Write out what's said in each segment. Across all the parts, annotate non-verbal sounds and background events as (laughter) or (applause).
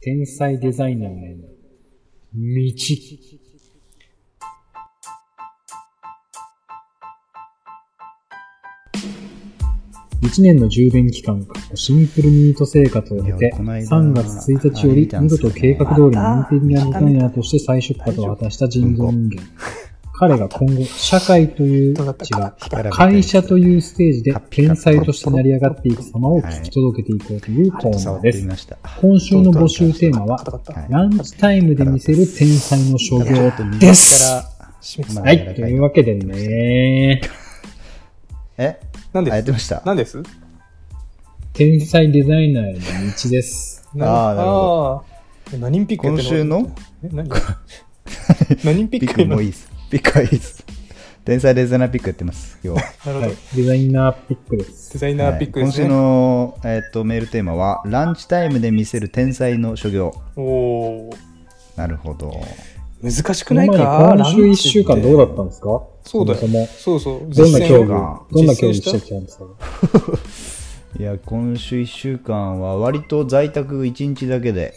天才デザイナーへの道。1年の充電期間、シンプルニート生活を経いて、やこの間3月1日よりあれ見たん見ですよ事ね計画通りのインテリアデザイナーとして再出発を果たした人造人間。彼が今後、社会という、違どううだったか、会社というステージでカピカピ天才として成り上がっていく様を聞き届けていこうというコーナ触ーっでてみす。ました。今週の募集テーマ硬は、かった。はいランチタイムで見せる天才の所ちょ業っ。と右でかすら清水さん。はい、というわけでね、えなんあ、やっでてすました。なんです天才デザイナーへの道です。あーなるほど。あー何人ピックやっ今てん週のえ (laughs) 何何ピピッックク今もいいです。ピックはいいです。天才デザイナーピックやってます、 (laughs) 今日。なるほはどい。、デザイナーピックですデ。ザイナーピックはいで今す週ね。の、えっとメールテーマは、ランチタイムで見せる天才の所業。おーなるほど。難しくこのない前か今週ラン1チって週間どうだったんですかそうだよそもそうそう。そもどんな競技、実践がどんな競技実践したしてきたんですかいや、今週1週間は、割と在宅1日だけで、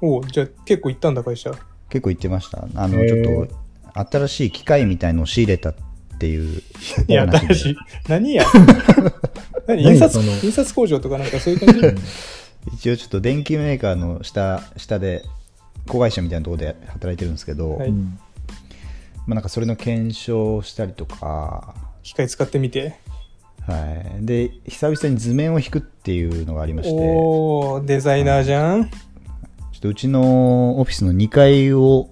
おーじゃあ結構行ったんだ、会社。結構行ってました。あの、へちーょっと、新しい機械みたいのを仕入れたっていう話いで。や、私、(laughs) 何や。何何印刷その印刷工場とかなんかそういう感じ一応ちょっと電機メーカーの下下で子会社みたいなところで働いてるんですけど、はういんまあ、なんかそれの検証をしたりとか、機械使ってみて。はい、で久々に図面を引くっていうのがありましてちょおーデザイナーじゃん。っとうちのオフィスの2階を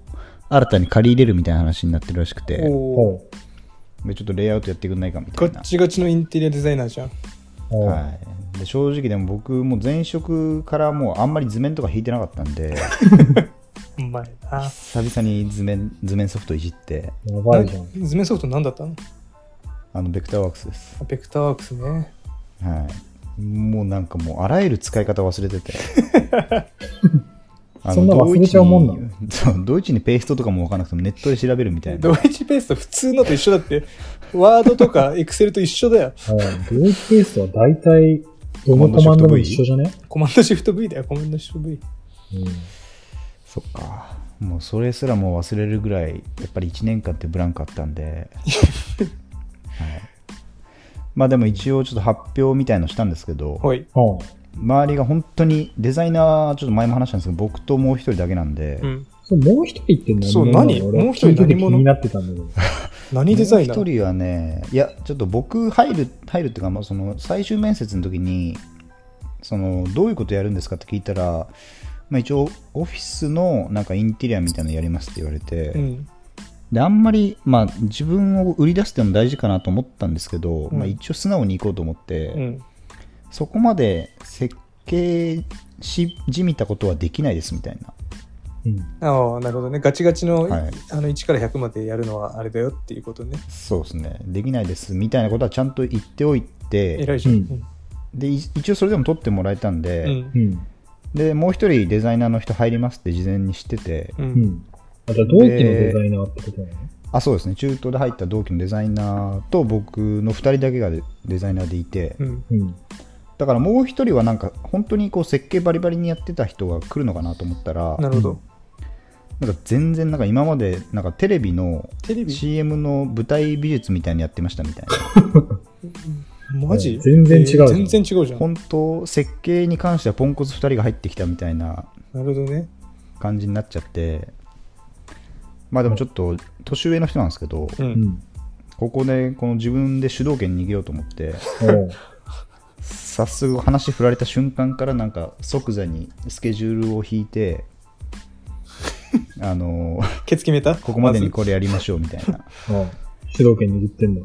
新たに借り入れるみたいな話になってるらしくておーほでちょっとレイアウトやってくんないかみたガいなッ、チガチのインテリアデザイナーじゃん。うほうはい、で正直でも僕もう前職からもうあんまり図面とか引いてなかったん (laughs) でうまいな。久々に図面図面ソフトいじってやばいじゃん。図面ソフト何だったのあのベクターワークスですベクターワークスね。はい、もうなんかもうあらゆる使い方忘れてて (laughs) あのそんな忘れちゃうもんなのドイツにそうドイツにペーストとかも分からなくてもネットで調べるみたいなドイツペースト普通のと一緒だって。ワードとかエクセルと一緒だよ。うん同一ペースは大体、どのコマンドも一緒じゃねコマンドシフト V だよ、コマンドシフト V。そっかもうそれすらもう忘れるぐらいやっぱり1年間ってブランクあったんで、はいまあでも一応ちょっと発表みたいのしたんですけどはい。うん。はい。周りが本当にデザイナーちょっと前も話したんですけど僕ともう一人だけなんで、うん。それもう一人って何者そうなの何俺もう一人聞いてて何者気になってたんだけど。何デザイナもうー一人はね、いや、ちょっと僕入る、入るっていうか、まあ、その最終面接の時に、そのどういうことやるんですかって聞いたら、まあ、一応、オフィスのなんかインテリアみたいなのやりますって言われて、うん。であんまり、まあ、自分を売り出すっていうのも大事かなと思ったんですけど、んまあ、一応、素直に行こうと思って、うん。そこまで設計しじみたことはできないですみたいな。うん。ああ、なるほどね。ガチガチの、はいあの1から100までやるのはあれだよっていうことね。そうですねできないですみたいなことはちゃんと言っておいて偉いじゃん。うでい一応それでも取ってもらえたんで、うん。うんうん。でもう一人デザイナーの人入りますって事前に知っててう。うんん。あ、じゃあ同期のデザイナーってことなのあそうですね中東で入った同期のデザイナーと僕の2人だけがデデザイナーでいてうん。うん。だからもう一人はなんか本当にこう設計バリバリにやってた人が来るのかなと思ったらなるほど。なんか全然なんか今までなんかテレビのテレビ CM の舞台美術みたいにやってましたみたいなマジ全然違うじゃん全然違うじゃん。な本当設計に関してはポンコツ2人が入ってきたみたいなるほどね。感じになっちゃってまあでもちょっと年上の人なんですけど、うう。んん。ここでこの自分で主導権握ろうと思っておう早速話振られた瞬間からなんか即座にスケジュールを引いてあのケツ決めたここまでにこれ。れやりましょうみたいなおう主導権握ってんだ。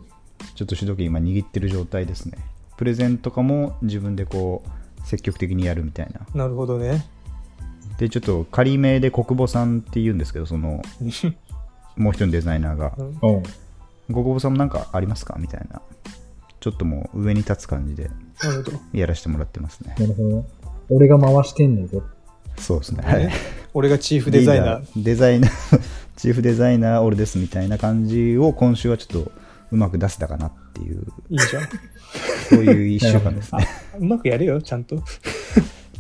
ちょっと主導権今握ってる状態ですねプレゼンとかも自分でこう積極的にやるみたいななるほどね。でちょっと仮名で国母さんって言うんですけどそのもう一人のデザイナーがおう「国母さんもなんかありますか?」みたいなちょっともう上に立つ感じでなるほど。やらせてもらってますねなるほどね。俺が回してんだぞ。そうですねはい俺がチーフデザイナーリ。ーダデザイナー (laughs) チーフデザイナー俺ですみたいな感じを今週はちょっとうまく出せたかなっていういいじゃん。そういう1週間ですねうまくやれよ、ちゃんと。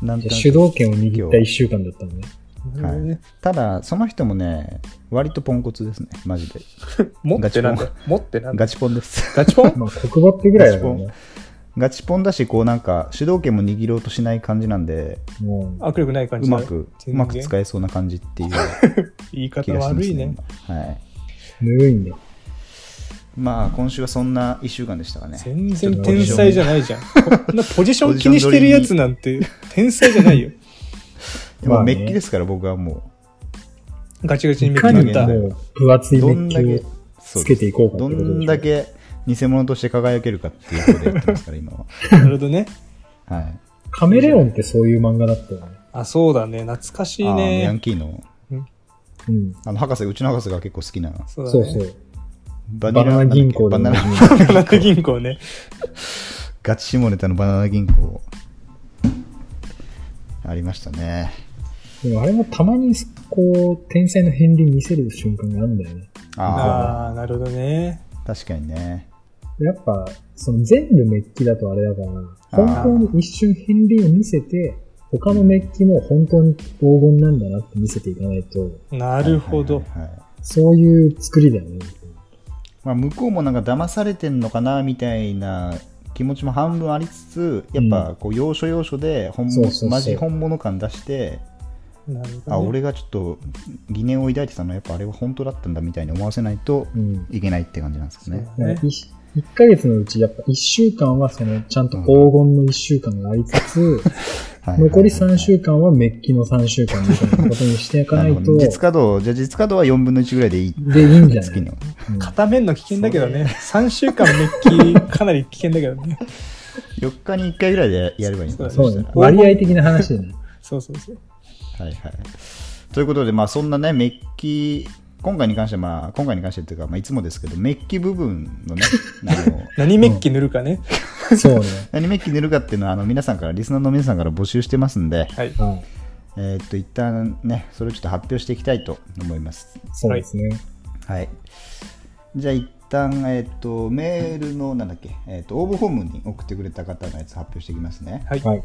なんとなく主導権を握った1週間だったのね。はい、ただ、その人もね、割とポンコツですね、マジで。持ってなんだよ持ってなんだガよチポンです。 (laughs) ガチポンまあ、黒板ってぐらいだからガね。ガチポンだし、こうなんか、主導権も握ろうとしない感じなんで、もう握力ない感うじだまねく、う全然まく使えそうな感じっていう言い気方がします悪ね。いね。今はい。ぬるいんだよ。まあ、今週はそんな1週間でしたかね。全然天才じゃないじゃん。こんなポジション気にしてるやつなんて天才じゃないよ。ままあ、あメねッキですから、僕はもガチガチにいめかくにっもた。う分厚う、いメどんッだキけを、そうつけていこうかってこどとでしょんだけ偽物として輝けるかっていうことでやってますから、今は。なるほどね。はい。カメレオンってそういう漫画だったよね。あ、そうだね。懐かしいあーヤンね。キーの、うん。あの、博士、うちの博士が結構好きな、そうだそうね。そう。ババナナ銀行でバもナナ、バナナ銀行ね。ガチ下ネタのバナナ銀行。ありましたね。でもあれもたまに、こう、天才の片鱗見せる瞬間があるんだよね。あああ、なるほどね。あ、確かにね。やっぱ、その全部メッキだとあれだから、あー本当に一瞬片鱗を見せて、他のメッキも本当に黄金なんだなって見せていかないと、なるほどはい。はいはいはいそういう作りだよね。まあ、向こうもなんか騙されてんのかなみたいな気持ちも半分ありつつ、やっぱこう要所要所で本物、そうそうそうマジ本物感出して、なるあ、ほどね。俺がちょっと疑念を抱いてたのは、やっぱあれは本当だったんだみたいに思わせないとうん。いけないって感じなんですかね。そうだね1ヶ月のうち、やっぱ1週間は、その、ちゃんと黄金の1週間がありつつ、はい残り3週間はメッキの3週間みたいなことにしていかななるいほどと、ねで実稼働、じゃあ実稼働は4分の1ぐらいでいい。いいんじゃな月い、には。うん片面の危険だけどね。3週間メッキ、かなり危険だけどね。 4日に1回ぐらいでやればいいのかそうしねた。ら割合的な話だ (laughs) ね。そうそうそう。はいはい。ということで、まあ、そんなね、メッキ、今回に関しては、まあ、今回に関してというか、まあ、いつもですけど、メッキ部分 (laughs) のね、あの、何メッキ塗るかね。そうね。何メッキ塗るかっていうのは、あの、皆さんから、リスナーの皆さんから募集してますんで、はい。はい。えーっと、一旦ね、それをちょっと発表していきたいと思います。そうですね。はい。じゃあ、一旦、えーっと、メールの、なんだっけ、えーっと、応募フォームに送ってくれた方のやつ発表していきますね。はい。はい。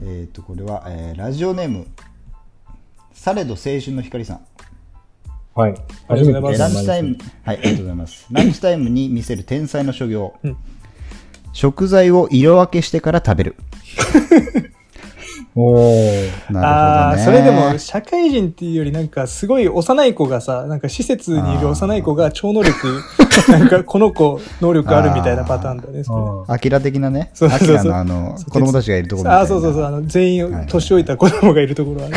えーっと、これは、えーラジオネーム、されど青春の光さん。はい。ありがとうございまえーすランチタイム。ム、はい、ありがとうござい (laughs) ます。ランチタイムに見せる天才の所業。うん食材を色分けしてから食べる。おー。なるほああーどね。それでも社会人っていうよりなんかすごい幼い子がさなんか施設にいる幼い子が超能力なんかこの子能力あるみたいなパターンだねそあーアキラ的なね。そうそうそうアキラのあの、そう子供たちがいるとこれろああそうそうそうあの全はいはい員年老いた子供がいるところある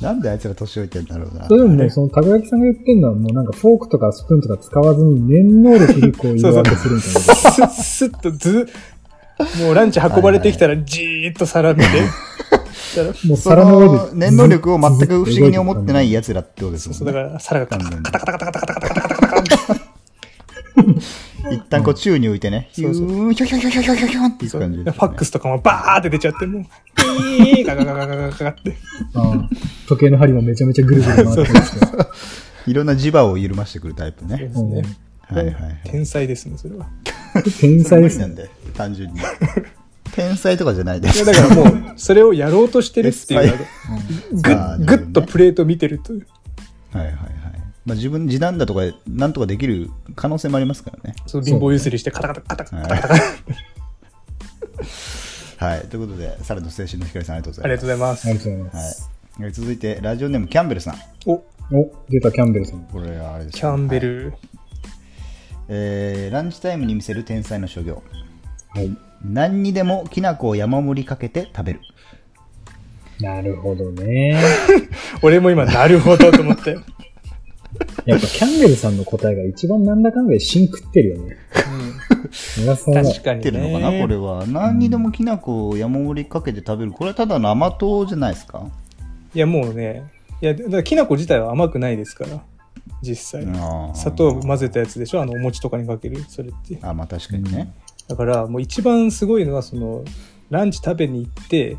なんであいつら年老いてんだろうなそ。れでもね、その、たこ焼きさんが言ってるのは、もうなんかフォークとかスプーンとか使わずに、念能力にこう、色分けするみたいな。スッスッとずもうランチ運ばれてきたらじーっと皿見てしたらもうそ皿の上ので。。念能力を全く不思議に思ってないい奴らってことですそうもんだかね。ら皿がカタカタカタカタカタカタカタカタカタカタ一旦こう宙に浮いてね、ヒそュうそうーン、ヒョヒョヒョヒョヒョヒョヒョンっていくそう感じフでァすックスとかもバーって出ちゃってもうピーカカカカカカカってうん時計の針もめちゃめちゃぐるぐる回ってますけど。いろんな磁場を緩ましてくるタイプね。そううでんすねはいはいはい。天才ですねそれは天才で無理すなんね。で、単純に。天才とかじゃないでいやす。だからもう、それをやろうとしてるっていうのあが、ーぐっぐっとプレート見てるという。はいはいはい。まあ、自分、時短だとか、なんとかできる可能性もありますからね。そう貧乏ゆすりして、カタカタカタカタカタカタ。あはい。ということで、さらの精神の光さん、ありがとうござりいがまとす。うございまありがとうござす。います。はいえー。続いて、ラジオネーム、キャンベルさん。おお、出たキャンベルさん。これはあれですねキャンベはいル。えーランチタイムに見せる天才の所業。はい。何にでもきな粉を山盛りかけて食べる。なるほどね。俺も今、なるほどと思って。やっぱキャンベルさんの答えが一番なんだかんだで芯食ってるよね。皆さんは。確かっにてるのかな、これね。は。何にでもきな粉を山盛りかけて食べる。これはただの甘党じゃないですか。いや、もうね、いや、だからきな粉自体は甘くないですから、実際。あー砂糖を混ぜたやつでしょあの、お餅とかにかける、それって。あ、まあ確かにね。だから、もう一番すごいのは、その、ランチ食べに行って、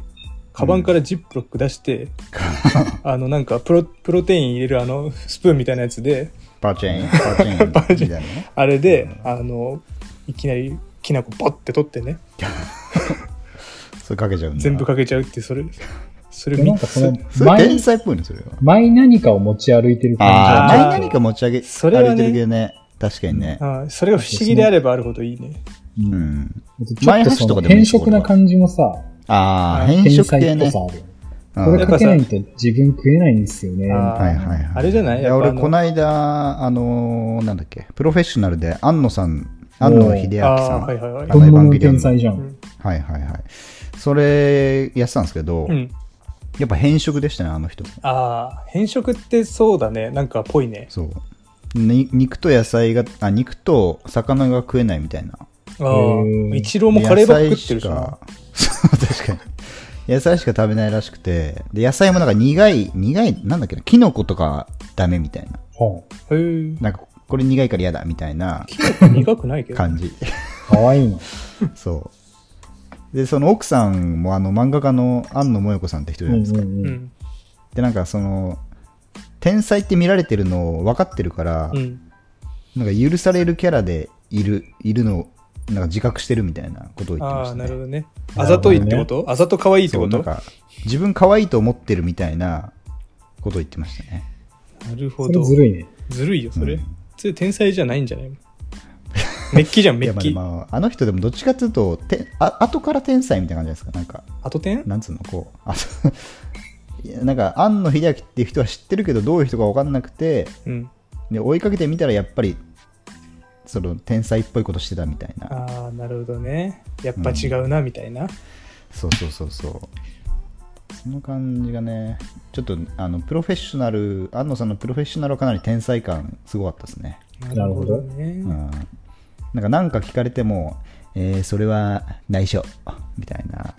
カバンからジップロック出して、 (laughs) あの、なんかプロ、プロテイン入れるあの、スプーンみたいなやつで、パチェン、パチェン、みたいなね。あれで、あの、いきなりきな粉ポッて取ってね、それかけちゃうんだ全部かけちゃうってそれそれでな見んかそのそれ前天、才っぽいねそれは前何かを持ち歩いてるあ感あじ前何か持ち上げそれはね歩いてるけどね確かにねああそれが不思議であればあるほどいいねうんちょっとそ前橋とのかでもいい変し色な感じもさ、あああ変天色才系っぽねさあるよね。うんこはれいかけないと自分食えないんですよね。あはいはいあれじゃないいややっぱ俺あのこの間あのーなんだっけプロフェッショナルで安野さん安野秀明あさあんはいはいはいあの本物エヴァンゲのリオン天才じゃ。うんんはいはいはい。それやってたんですけど、うんやっぱ変色でしたね、あの人。ああ変色ってそうだねなんかぽいねそう。に肉と野菜が、あ、肉と魚が食えないみたいな。あーあ一郎もカレーばっか食ってるし野な菜しか (laughs) そう、確かに。野菜しか食べないらしくて、で、野菜もなんか苦い、苦い、なんだっけな、キノコとかダメみたいな。ほへえなんか、これ苦いから嫌だみたいな苦くないけど感じ。うかわいいの。そう。で、その奥さんもあの漫画家の安野萌子さんって人うじゃないんですか。うんううん。んでなんかその天才って見られてるのを分かってるから、うんなんか許されるキャラでいるいるのをなんか自覚してるみたいなことを言ってあましあたなね。るほどねなあるざほどとねいってことあざと可愛いってそうこなとんなか自分可愛いと思ってるみたいなことを言ってましたね。るほそれどずるいね。ずるいよそれ、うんそれ天才じゃないんじゃないのメッキじゃんいメやッまあでキ、もあの人でもどっちかっていうとてあ後から天才みたいな感じじゃないですか。なんか後点なんつうの (laughs) こうあそういやなんか庵野秀明っていう人は知ってるけどどういう人か分かんなくてうんで追いかけてみたらやっぱりその天才っぽいことしてたみたいな。ああなるほどねやっぱ違うなみたいな、そうそうそうそう。その感じがね、ちょっとあのプロフェッショナル、安野さんのプロフェッショナルはかなり天才感すごかったですね。なるほどうねん。なんか何か聞かれても、えーそれは内緒みたいな。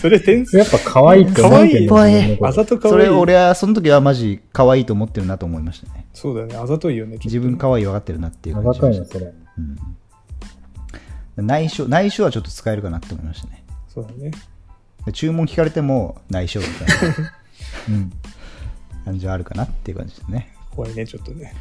それ天才やっぱ可愛いって思ってる可愛い自分のことあざと可そ愛いれ俺はその時はマジ可愛いと思ってるなと思いましたね。そうだよねあざといよねちょっと自分可愛い分かってるなっていう感長じかがいしまな、しそれ。た。うん、内緒、内緒はちょっと使えるかなって思いましたね。そうだねで注文聞かれても内緒みたい (laughs) なうん。感じはあるかなっていう感じですね。怖いねちょっとね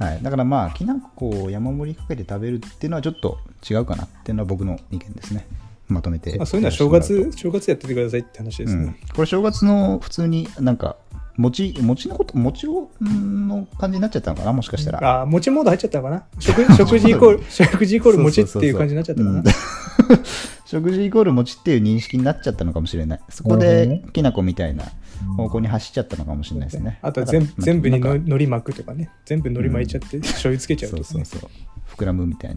はい、だからまあきなこを山盛りかけて食べるっていうのはちょっと違うかなっていうのは僕の意見ですねまとめてまあそういうのは正月正月やっててくださいって話でうすんね、、これ正月の普通になんか餅餅のこと餅をうんの感じになっちゃったのかなもしかしたらああ餅モード入っちゃったのかな食食事イコール食事イコール餅っていう感じになっちゃったかなそうそうそううん (laughs) 食事イコール餅っていう認識になっちゃったのかもしれないそこなるほでどきなこみたいな方向に走っちゃったのかもしれないですねあとはだから全全部にまあののり巻くとかね全部のり巻いちゃって醤油つけちゃうそとうかそうねそう膨らむみたい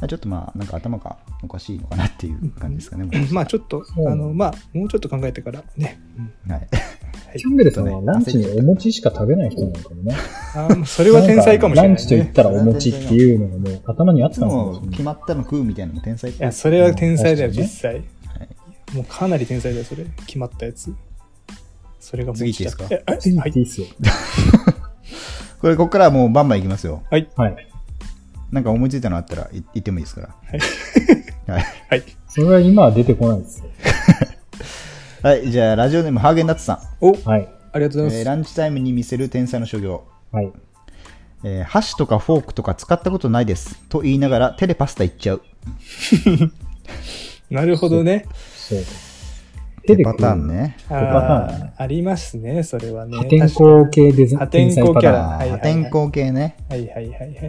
なちょっとまあなんか頭がおかしいのかなっていう感じですかね、もしかしたらまあちょっと、うんあの、まあ、もうちょっと考えてからね。うん (laughs) はい、キャンベルさんはランチにお餅しか食べない人なのかもね。あーそれは天才かもしれラない、ンチと言っね。たらお餅っていうのがもう頭にあっいつたのかもしもれない決。まったの食うみたいなのも天才っいぽいや、それは天才だよ、うん実際。もうかなり天才だよ、それ。決まったやつ。それがもう次いいですかええはいいい。っすよ。これここからはもうバンバンいきますよはい。はい。なんか思いついたのあったらい言ってもいいですからはい、はい。それは今は出てこないですよ。はい、じゃあラジオネームハーゲンダッツさん、お、はい。ありがとうござえーいまランチタイムに見せる天才の所業、はい。えー箸とかフォークとか使ったことないですと言いながら手でパスタいっちゃうす。なるほどね。そう。手でパ食うターン。ねあパターンーありますね、それはね。破天荒系デザ破天荒キャラあはいー破はいはい天荒系ね確かにはいはいはいはい。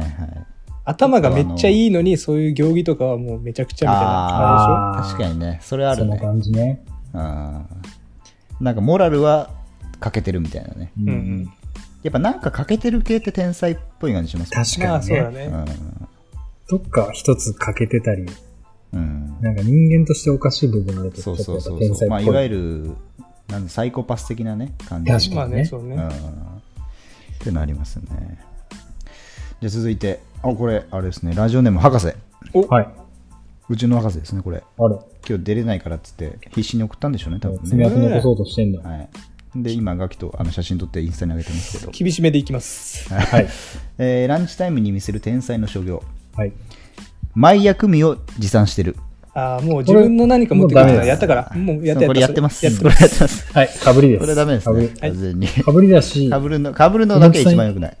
はいはい頭がめっちゃいいのに、そういう行儀とかはもうめちゃくちゃみたいな。ああー確かにねそれあそるんなね感じね。あーなんかモラルは欠けてるみたいなねうれでしょうんうん。やっぱなんか欠けてる系って天才っぽい感じしますもん確まかあ、にそうだね。ね。どっか一つ欠けてたり、うん、うんなんか人間としておかしい部分が出てそうるちそょうっとそやっうぱ天そ才っぽう、まあ、い。いわゆるなんだサイコパス的なね感じ確かまあねね、そうね。うん、ってなりますねじゃあ続いてあこれあれですねラジオネーム博士はい。うちの博士ですねこれある。今日出れないからっつって必死に送ったんでしょうね多分爪ね、痕残そうとしてんだ。はい、で今ガキとあの写真撮ってインスタに上げてますけど、厳しめでいきます。はい。えーランチタイムに見せる天才の所業はい。毎薬味を持参してるああ、もう自分の何か持ってくるもうダメからですやったから。もうやったそうこれやってますやってこれまやってますはい。かぶりです。これダメですねかぶ完全にりかぶりだしか、ぶるのかぶるのだけ一番良くない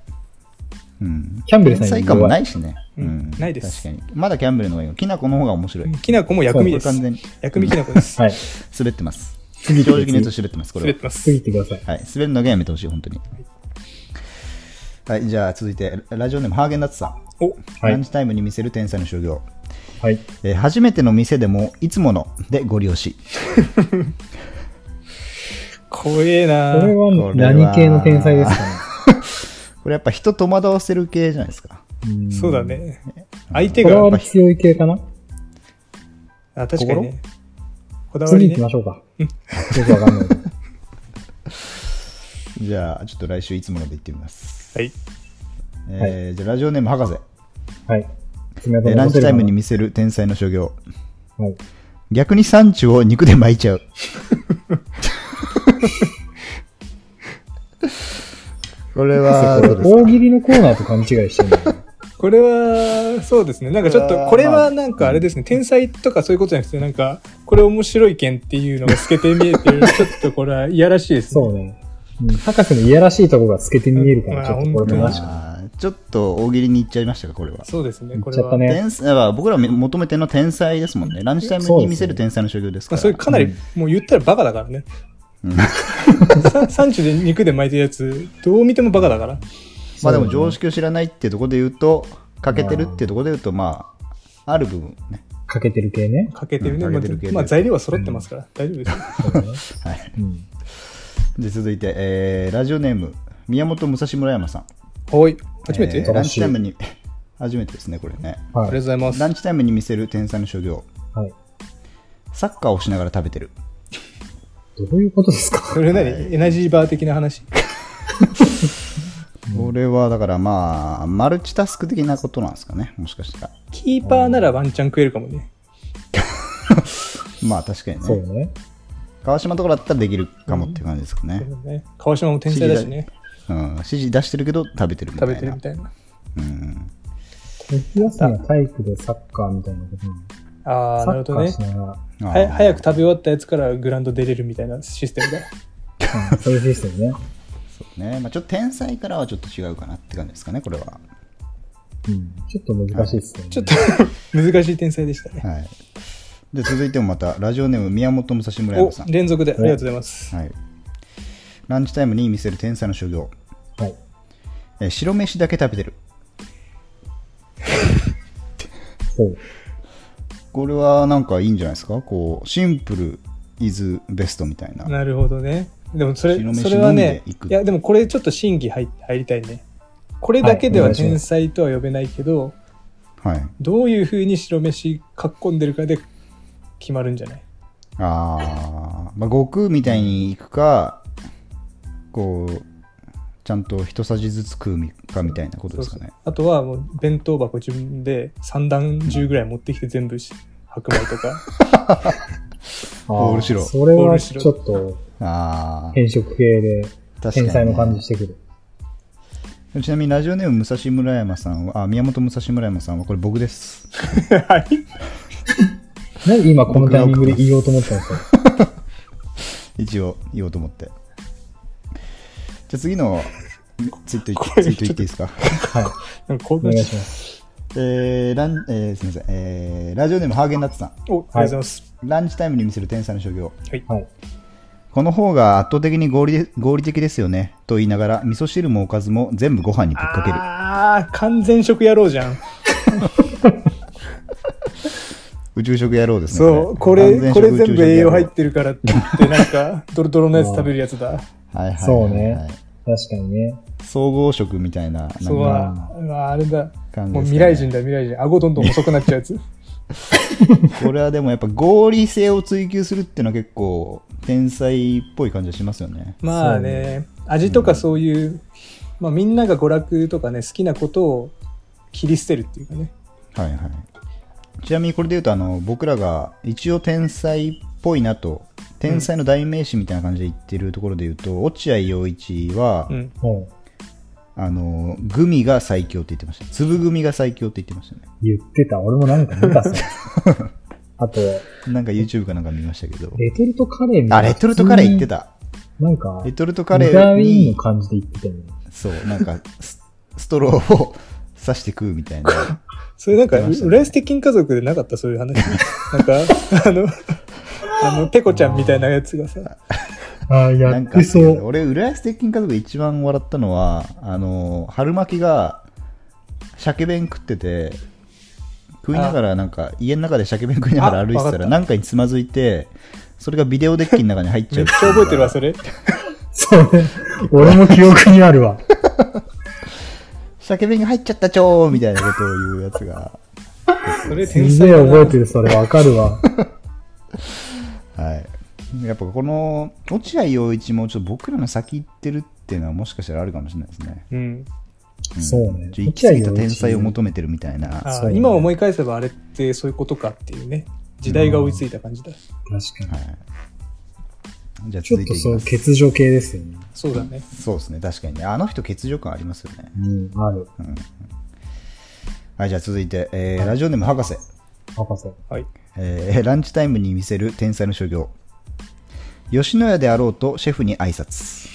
うん。キャンベルさ天ん才よ感り弱。もないいしね。ううんん。ないです確かに。まだキャンベルの方がいいよ。きなこの方が面白い。きなこも薬味です完全に薬味きなこですはい。滑ってます。正直に言うと滑ってます、こ滑れってま次す行ってください。は。はい。滑るのがやめてほしい、本当に。はい、じゃあ続いて、ラジオネーム、ハーゲンダッツさん。おはいランチタイムに見せる天才の商業。はい。えー初めての店でも、いつものでご利用し。怖えこなれこはれは何系の天才ですかね。 (laughs) これやっぱ人戸惑わせる系じゃないですか。んそうだ。ね相手こだがわり強い系かなあ確かにねこだわ次り行きねましょうか。よくわかんないけど。じゃあ、ちょっと来週いつもので行ってみます。はいえーじゃあ、ラジオネーム、博士。 (laughs) はい。爪痕えーラ残ンせチるタかイなムに見せる天才の所業。はい。逆に産地を肉で巻いちゃう。これは、どうですか大喜利のコーナーと勘違いしてるんだよねこれはそうですねなんかちょっうわとーこれはなんかあれですね天才とかそういうことじゃなくてなんかこれ面白い件っていうのが透けて見えてるちょっとこれはいやらしいですねそうね。うん博士のいやらしいとこが透けて見えるかうら、んちょっとこれもまなしか。あーちょっと大喜利に行っちゃいましたか、これは。そうですね言こっれちゃったは、ね。天才は僕ら求めての天才ですもんね。ランチタイムに見せる天才の所業ですかまあ、ら。それかなり、もう言ったらバカだからねうんさ産地で肉で巻いてるやつどう見てもバカだからまあでも常識を知らないってとこで言うと、欠けてるってとこで言うと、まあ、ある部分ね。かけてる系ね。欠けてるね、うんまあ欠けてるけどまあ材料は揃ってますから、大丈夫ですよそうね (laughs) はい。うんで続いて、えーラジオネーム、宮本武蔵村山さん。はい初めて、えーランチタイムに、 (laughs) 初めてですね、これね。あはりがとうごい。ざいますランチタイムに見せる天才の所業。はい。サッカーをしながら食べてる。どういうことですかそれ何、エナジーバー的な話これはだからまあ、マルチタスク的なことなんですかね、もしかしたら。キーパーならワンチャン食えるかもねまあ確かにそうね。ね。川島とかだったらできるかもっていう感じですかね。ね川島も天才だしねうん。指示出してるけど食べてるみたい食な。べてるみたいなうん。夏休みは体育でサッカーみたいなことなのああなるほサッどカーねしながあはーや早く食べ終わったやつからグラウンド出れるみたいなシステムだら、うんそういうシステムね。ねまあ、ちょっと天才からはちょっと違うかなって感じですかね、これは。うんちょっと難しいですよね。ちょっと (laughs) 難しい天才でしたねはい、で続いてもまた、ラジオネーム、宮本武蔵村お山さん。連続でありがとうございますはい、ランチタイムに見せる天才の所業、はい。えー白飯だけ食べてる。そう。これはなんかいいんじゃないですか、こうシンプルイズベストみたいな。なるほどねでもそれ白飯それはね飲んでいくいやでもこれちょっと審議入入りたいねこれだけではお願はいいし天ま才とは呼べないけど、はい、どういうふうに白飯かっこんでるかで決まるんじゃないあー、まあ、悟空みたいにいくか、こう、ちゃんと一さじずつ食うみかみたいなことですかね。あとはもう弁当箱自分で三段重ぐらい持ってきて全部し白米とか (laughs) オール白それオーはル白ちょっとあー変色系で確かに天ね才の感じしてくる。ちなみにラジオネーム武蔵村山さんは、あ、宮本武蔵村山さんはこれ僕です。はいなんで今このタイミングで言おうと思ったんですか一応言おうと思って。じゃあ次のツイートいこれツイートいっていいですか。 (laughs) はい。なんか興お願奮いしします。えーランえーすみません、えーラジオネームハーゲンダッツさん。たおありがとうございます、ランチタイムに見せる天才の所業。はい。この方が圧倒的に合理で合理的ですよね。と言いながら、味噌汁もおかずも全部ご飯にぶっかける。ああ完全食野郎じゃん宇宙食野郎ですね。そうこれこれ全部栄養入っ。完てるからって言ってなんかドロドロのやつ食べるやつ全だ食野郎はいはいはいはいそうね。確かにね。総合食みたいな。なんかそうはうわあれだ感じですねもう未来人だ未来人顎どんどん細くなっちゃうやつこれはでもやっぱ合理性を追求するっていうのは結構天才っぽい感じがしますよね。まあね味とかそういう、まあ、みんなが娯楽とかね好きなことを切り捨てるっていうかねはいはい。ちなみにこれで言うとあの僕らが一応天才っぽいなと天才の代名詞みたいな感じで言ってるところで言うと、落合陽一は、うんもあのグミが最強って言ってました。粒グミが最強って言ってましたね。う言ってた。俺もなんか見た (laughs) さ。あと、なんか YouTube かなんか見ましたけど。レトルトカレーみたいあ、な。レトルトカレー言って。た。なんか、レレトルトトカルレトカレーーに。に (laughs) の感じで言ってたよね。そう、なんか、すストローを刺して食うみたいな。それなんか、出ましたね浦安鉄筋家族でなかったそういう話。 (laughs) なんか、あの、あの、ペコちゃんみたいなやつがさ、ああ、やなっんかてそう。俺、浦安鉄筋家族で一番笑ったのは、あの、春巻きが、鮭弁食ってて、食いながら、なんか、家の中で鮭弁食いながら歩いあわてかたっら、たなんかにつまずいて、それがビデオデッキの中に入っちゃめうっちゃ覚えてるわ、そそれ。そうね。俺も記憶にある (laughs) わ。鮭弁が入っちゃったちょーみたいなことを言うやつが、それす天才げえだな覚えてる、それ。わかるわ。はい。やっぱこの、落合陽一も、ちょっと僕らの先行ってるっていうのは、もしかしたらあるかもしれないですね。うん。んそうねちょっと行き過ぎた天才を求めてるみたいな。あそうーね今思い返せばあれってそういうことかっていうね。時代が追いついた感じだ。確かに。はい。じゃあちょ続っいてといきそまう、す。欠如系ですよね。そうだね。そうですね、確かにね。あの人、欠如感ありますよね。うん、ある。はい、じゃあ続いて、えーラジオネーム博士。博士。はい。えーランチタイムに見せる天才の所業。吉野家であろうとシェフに挨拶。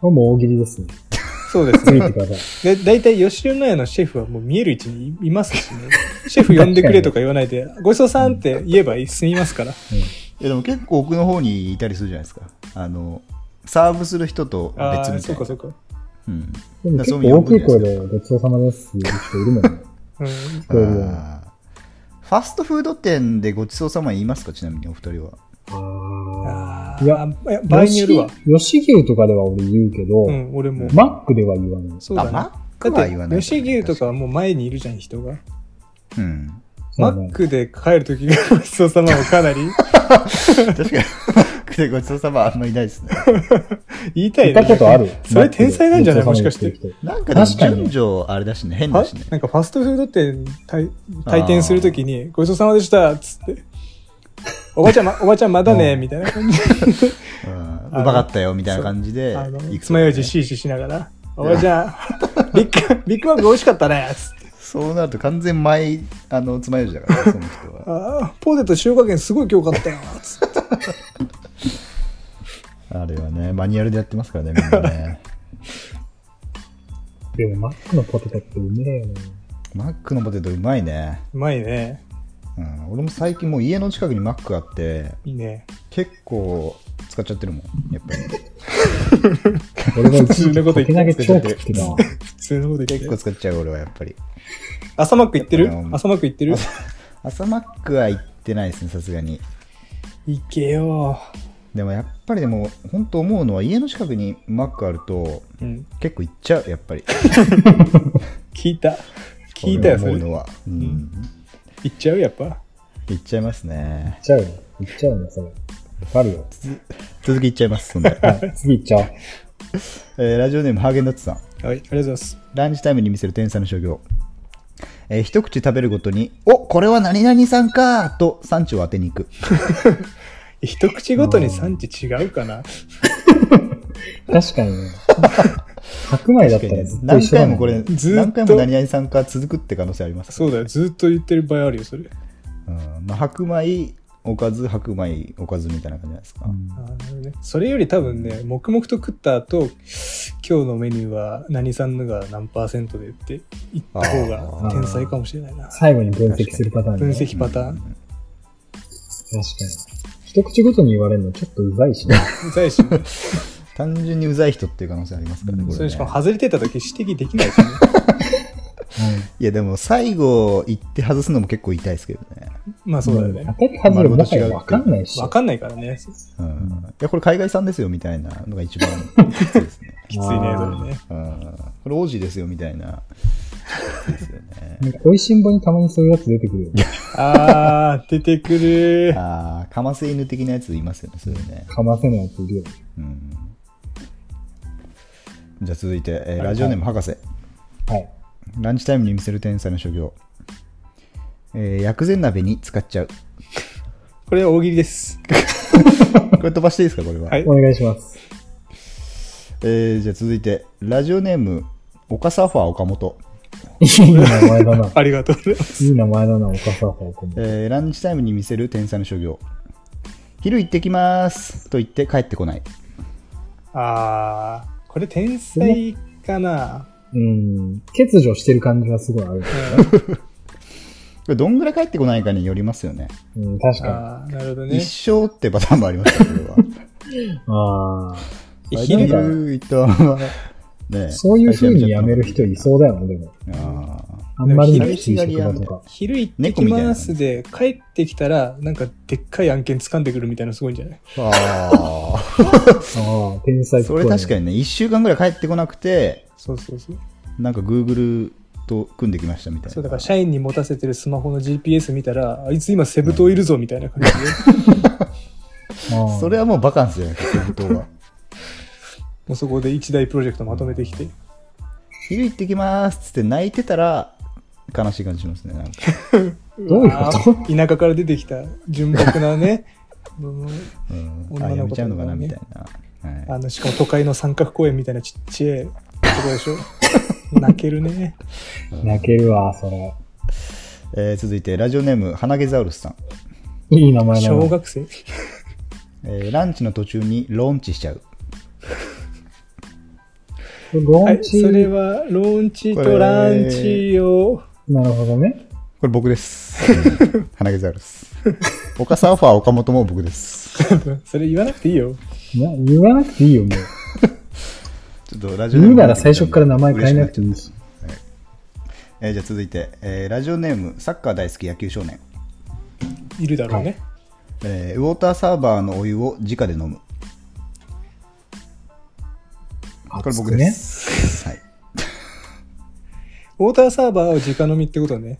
これも大喜利ですね。そうですついね。てください。で、大体、吉野家のシェフはもう見える位置にいますしね。シェフ呼んでくれとか言わないで、ごちそうさんって言えば済みますから。いや、でも結構奥の方にいたりするじゃないですか。あの、サーブする人と別みあたいあ、な。そうかそうか。うん。でもだから結そう構 (laughs) いう大きい声呼ぶんじゃないでごちそうさまですっていう人いるもんね。うん。聞こえるよあーファストフード店でごちそうさま言いますかちなみにお二人は。ああーーいや、いや、場合によるわ。吉。吉牛とかでは俺言うけど、うん、俺も。マックでは言わない。そうだね。あマックは言わないだって吉牛とかはもう前にいるじゃん、人が。うん。 (laughs) そマうねックで帰るときがごちそうさまもかなり確かに、マックでごちそうさまあんまりいないですね。言いたい行ね。ったことある。それ天才なんじゃないもしかして。なんかでも確かに順序あれだしね、変はだしね。なんかファストフード店退退店するときに、ごちそうさまでしたっつって、おばちゃん、ま、おばちゃんまだね、みたいな感じうんうまかったよみたいな感じであの、行く爪楊枝シーシーしながら、おばちゃん、 (laughs) ビッグ、ビッグマック美味しかったね、つって。そうなると完全前、あの、爪楊枝だからね、その人は。ああ、ポテト塩加減すごい強かっ (laughs) たよ、つって。あれはね、マニュアルでやってますからね、みんな (laughs) ね。でもマックのポテトってうめ (laughs) えよね。マックのポテトうまいね。うまいね。うん、俺も最近もう家の近くにマックあって、いいね。結構使っちゃってるもん、やっぱり。 (laughs) 俺が一普通の時こかと言け投っげて超食ってたわ。普通のこと言って結る構使っちゃう俺はやっぱり。朝マック行ってるあの朝マック行ってる朝マックは行ってないですね、さすがに。行けよ。でもやっぱりでも、本当思うのは家の近くにマックあると、うん。結構行っちゃう、やっぱり。 (laughs) 聞いた。聞いたよ、俺はそれ。思うのは。うん。行っちゃうやっぱ。行っちゃいますね行。っちゃうよ。行っちゃうね、それ。わかるよ。続き行っちゃいます、そんで。はい、次行っちゃおう。 (laughs) えーラジオネームハーゲンダッツさんはい、ありがとうございます。ランチタイムに見せる天才の所業、えー一口食べるごとに「おこれは何々さんか!」と産地を当てに行く一口ごとに産地違うかな確かに (laughs) ね。白米だったらずっと何一緒だ回もん、もこれずっと何回も何々さんか続くって可能性ありますそうだよ、ずっと言ってる場合あるよ、それ。うんまあ、白米おかず白米おかずみたいな感じじゃないですか、うんあーなるほどね、それより多分ね、黙々と食った後、今日のメニューは何さんのが何パーセントでって言った方があー天才かもしれないな。最後に分析するパターン、ね、分析パターうン。確かに。一口ごとに言われるのちょっとうざいしね。うざいし、ね、単純にうざい人っていう可能性ありますからねこれそれねしかも外れてた時指摘できないしね。いやでも最後行って外すのも結構痛いですけどね、まあ (laughs) そうだよね。当たり外れもはやわかんないっしょ。わかんないからね。うん、いやこれ海外産ですよみたいなのが一番きついですねきついね、それね。うんこれ王子ですよみたいな。ですよね。なんか美味しんぼにたまにそういうやつ出てくるよ。あー、出てくる。ああ、かませ犬的なやついますよね、それね。かませないやついるよ。うん、じゃあ続いて、えーラジオネーム博士、はい。ランチタイムに見せる天才の所業。えー薬膳鍋に使っちゃう。これは大喜利です。これ飛ばしていいですか、これは。はいお願いし (laughs) ます。えーじゃあ続いて、ラジオネーム、岡サーファー岡本。いい名前だな。ありがとうございます。いい名前だな、お母さん方向も。えーランチタイムに見せる天才の所業。昼行ってきますと言って帰ってこない。あー、これ天才かな。うん、欠如してる感じはすごいある。れどんぐらい帰ってこないかによりますよね。うん、確かああ、なるほどね。一生ってパターンもありますよ、これは。に。ああ。え (laughs) 昼だ昼伊藤は、ねそういう風に辞める人いそうだよね、でも。う。ああ。あんまりにでもも左就左職や場んのとか。昼行ってきますで、帰ってきたら、なんかでっかい案件掴んでくるみたいなのすごいんじゃないああ。ああ、天才っそぽいね。れ確かにね、1週間ぐらい帰ってこなくて、そうそうそう。なんか Google と組んできましたみたいな。そうだから社員に持たせてるスマホの GPS 見たら、あいつ今セブ島いるぞみたいな感じあで、あそれはもうバカンスじゃないですか、本当は。 (laughs) もうそこで一大プロジェクトまとめてきて、昼行ってきますっつって泣いてたら、悲しい感じしますね。なんかどういうことわあ田舎から出てきた純朴なね、 (laughs) うんうん女の子とかあ、ねやめちゃうのかな、みたいな。はいあのしかも都会の三角公園みたいなちっちゃいとこで (laughs) しょ。泣けるね。泣けるわ、それ。えー続いて、ラジオネーム、花毛ザウルスさん。いい名前だな小学生えーランチの途中にローンチしちゃう。ロはーンい、チ、それはローンチとランチをなるほどね。これ僕です。花毛ザウル (laughs) ス。岡サーファー岡本も僕です。 (laughs) それ言わなくていいよな言わなくていいよ、もう。ちょっとラジオネー言うムなら最初から名前変えなくていい嬉しし。くなっちゃったえーじゃあ続いて、えーラジオネーム、サッカー大好き野球少年。いるだろうね、えーウォーターサーバーのお湯を直で飲む。これ僕です。はい。ウォーターサーバーを直飲みってことね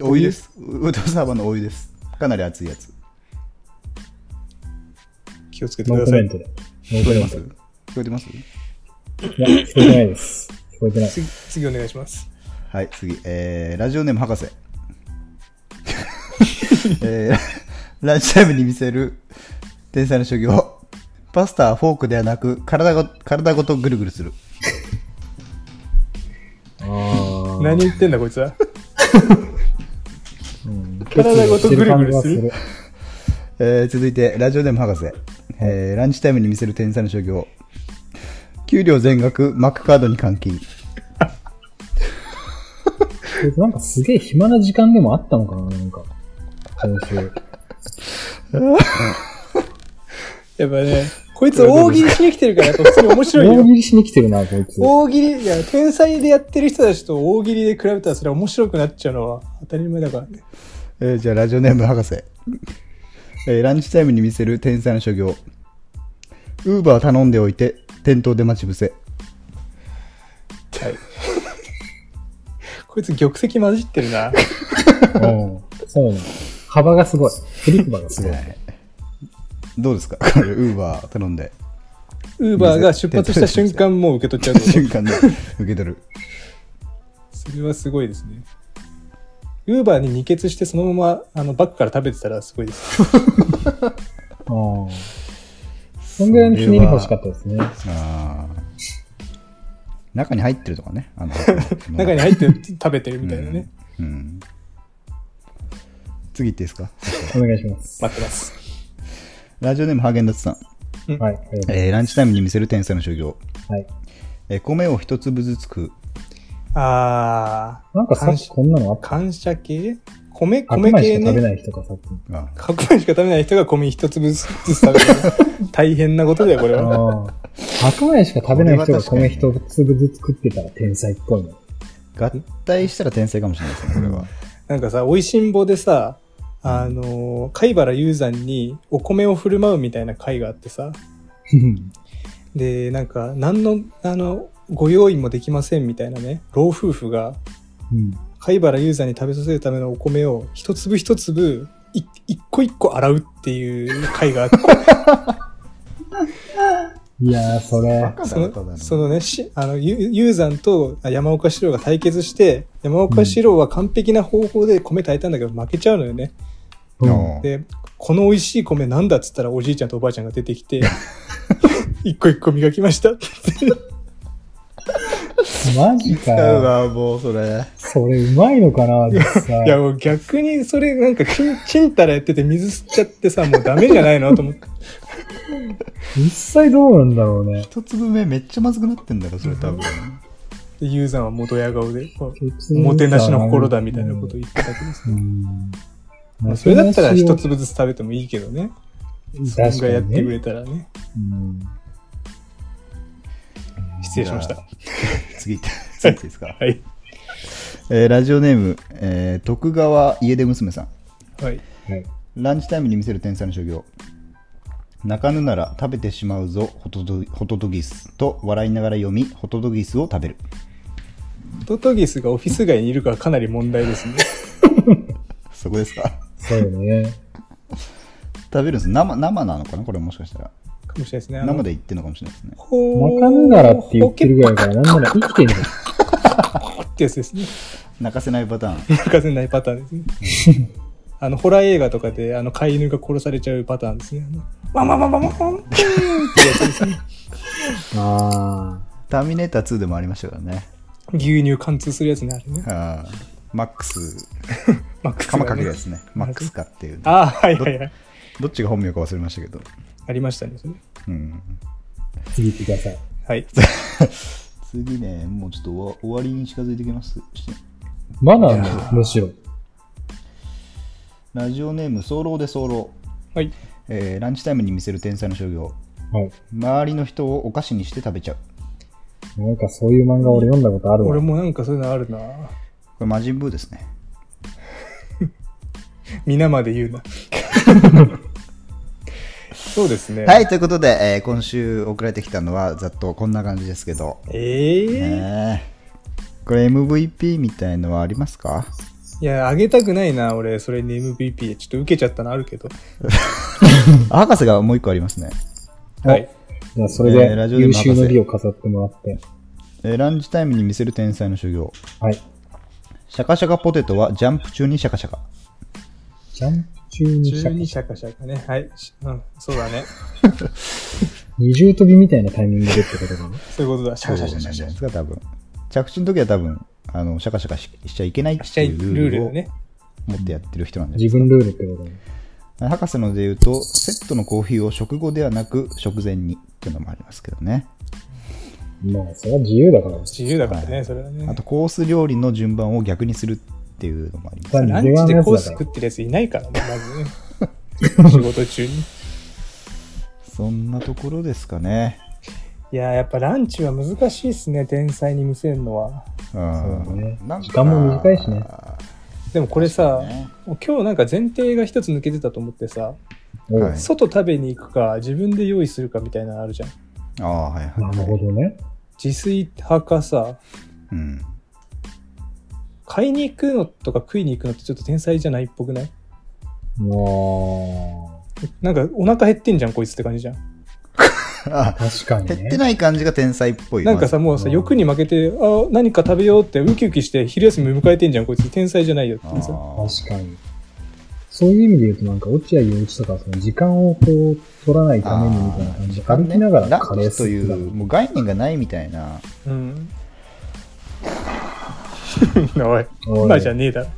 お湯です。ウォーターサーバーのお湯です。かなり熱いやつ。気をつけてノくーコださメンいトで。ノー聞コこえメてまンすトで。聞こえてますいや、聞こえてないです。聞こえてない。次次お願いしますはい、次。えーラジオネーム博士。 (laughs) えーランチタイムに見せる天才の職業。パスタはフォークではなく、体ご体ごとぐるぐるする。あー何言ってんだこいつは体ごとぐるぐるする。えー続いて、ラジオネーム博士。えーランチタイムに見せる天才の職業。給料全額、マックカードに換金。なんかすげえ暇な時間でもあったのかな、なんか。今週。 (laughs) やっぱ (laughs) ねこいつ大喜利しに来てるからやっぱ普通に面白い大よ喜利しに来てるな、こいつ。大喜利いや天才でやってる人たちと大喜利で比べたらそれは面白くなっちゃうのは当たり前だからねえーじゃあ、ラジオネーム博士。えーランチタイムに見せる天才の職業。ウーバー頼んでおいて、店頭で待ち伏せ。こいつ玉石混じって (laughs) るなうん。そうなの。幅がすごい。振り幅がすごい。どうですか (laughs) これ、ウーバー頼んで、ウーバーが出発した瞬間もう受け取っちゃうって (laughs) 瞬こ (laughs) 間で受け取る。とそれはすごいですねウーバーに二血してそのままあのバッグから食べてたらすごいですうん。そんぐらいのひねり欲しかったですね。あー中に入ってるとかね。 (laughs) あの中に入って食べてるみたいなね、うん。うん次行っていいですかお願いします。待ってますラジオネームハーゲンダッツさん。はい。ありがとうえーランチタイムに見せる天才の職業。はい。えー米を一粒ずつ食う。あーなんかさっきこんなのあった。感謝系米白米米し系か食べねない人か、さっき。あ白米しか食べない人が米一粒ずつ食 (laughs) べる大変なことだよこれはああ。白米しか食べない人が米一粒ずつ食ってたら天才っぽい (laughs) の。合体したら天才かもしれないですね、これは。なんかさ「おいしんぼ」でさあの貝原雄山にお米を振る舞うみたいな会があってさでなんか何のあのご用意もできませんみたいなね老夫婦がうん。貝原雄山に食べさせるためのお米を一粒一粒い一個一個洗うっていう会があっていやー、それ。バカそだなただののそのね、しあの、ゆ雄山とあ山岡四郎が対決して、山岡四郎は完璧な方法で米炊いたんだけど負けちゃうのよね。うんうんで、この美味しい米なんだっつったらおじいちゃんとおばあちゃんが出てきて、一個一個磨きましたって言って。マジかうよ。わ、もうそれ。それうまいのかな、実際。いや、もう逆にそれなんかちん、ちんたらやってて水吸っちゃってさ、もうダメじゃないのと思って。実際どうなんだろうね。一粒目めっちゃまずくなってんだろ、それ多分。でユーザーはもどや顔で、こう結論もてなしの心だみたいなことを言ってたわけですうね。ん。まあそれだったら一一粒ずつ食べてもいいけどね。自分確がかやっにねてくれたらね。うん。失礼しました。次、次いいですか。はい。えーラジオネーム、えー徳川家出娘さん。はい。はい。ランチタイムに見せる天才の職業。泣かぬなら食べてしまうぞ、ホトトホトトギス。と笑いながら読み、ホトトギスを食べる。トトギスがオフィス街にいるかはかなり問題ですね。そこですかそうね。食べるんです生生なのかなこれもしかしたら。かもしれないですね。あの生で言ってるのかもしれないですね。ほまかぬならって言ってるぐらいだから、なんなら生きてんじゃん。ほけってやつですね。泣かせないパターン。泣かせないパターンですね。あの、ホラー映画とかで、あの、飼い犬が殺されちゃうパターンですね。あのワンワンワンワンワンワンってやつですね。あターミネーター2でもありましたからね。牛乳貫通するやつね、あれね。あーマックス、マックスが鎌ねかけるやつね。マックスかっていう。ああ、はいはいはい。どっちが本名か忘れましたけど。ありましたね、それ。うん。あ、次行ってください。はい。次ね、もうちょっと終わ終わりに近づいてきます。してまだあるむしろ。ラジオネーム、早漏で早漏。はい。えーランチタイムに見せる天才の商業。はい。周りの人をお菓子にして食べちゃう。なんかそういう漫画俺読んだことあるわ。俺もなんかそういうのあるなこれ、魔人ブーですね。皆まで言うな。そうですね。。はいい、ということで、えー今週送られてきたのは、ざっとこんな感じですけど。ええねえこれ MVP みたいのはありますかいや、あげたくないな、俺。それに MVP。ちょっと受けちゃったのあるけど。あ博士がもう一個ありますね。はい。じゃあそれえーラジで優オネーム博士秀の美を飾ってもらって。えーランチタイムに見せる天才の修行。はい。シャカシャカポテトはジャンプ中にシャカシャカ。ジャンプ中にした12シャカシャカね。はい。しうん、そうだね。二重跳びみたいなタイミングでってことだね。そういうことだ。シャカシャカシャなんカじシゃャないカですか、多分。着地の時は多分、あの、シャカシャカししちゃいけないっしちゃていいルうルーールルだをね。持ってやってる人なんじゃない自分ルールってことだね。博士ので言うと、セットのコーヒーを食後ではなく食前にっていうのもありますけどね。まあ、それは自由だから。自由だからはね、いそれはね。あと、コース料理の順番を逆にするっていうのもあります。まあランチでコース食ってるやついないからね、まずね。仕事中に。そんなところですかね。いや、やっぱランチは難しいっすね、天才に見せるのは。うんそうだねなんか時間も短いしねでもこれさ、ね今日なんか前提が一つ抜けてたと思ってさ、おうはい外食べに行くか自分で用意するかみたいなのあるじゃんああ、はいはい。なるほどね。自炊派かさうん。買いに行くのとか食いに行くのってちょっと天才じゃないっぽくない (laughs) あなんかお腹減ってんじゃんこいつって感じじゃんああ、確かに減ってね。ない感じが天才っぽい。なんかさまもうさうん欲に負けてあ何か食べようってウキウキして昼休み迎えてんじゃんこいつ天才じゃないよってずさあ確かに。そういう意味で言うと、なんか、落合陽一とか、その時間をこう、取らないためにみたいな感じで、あ歩きながらラカレーンチと吸いってたう、もう概念がないみたいな。うん (laughs) おいおい今じゃねえだろ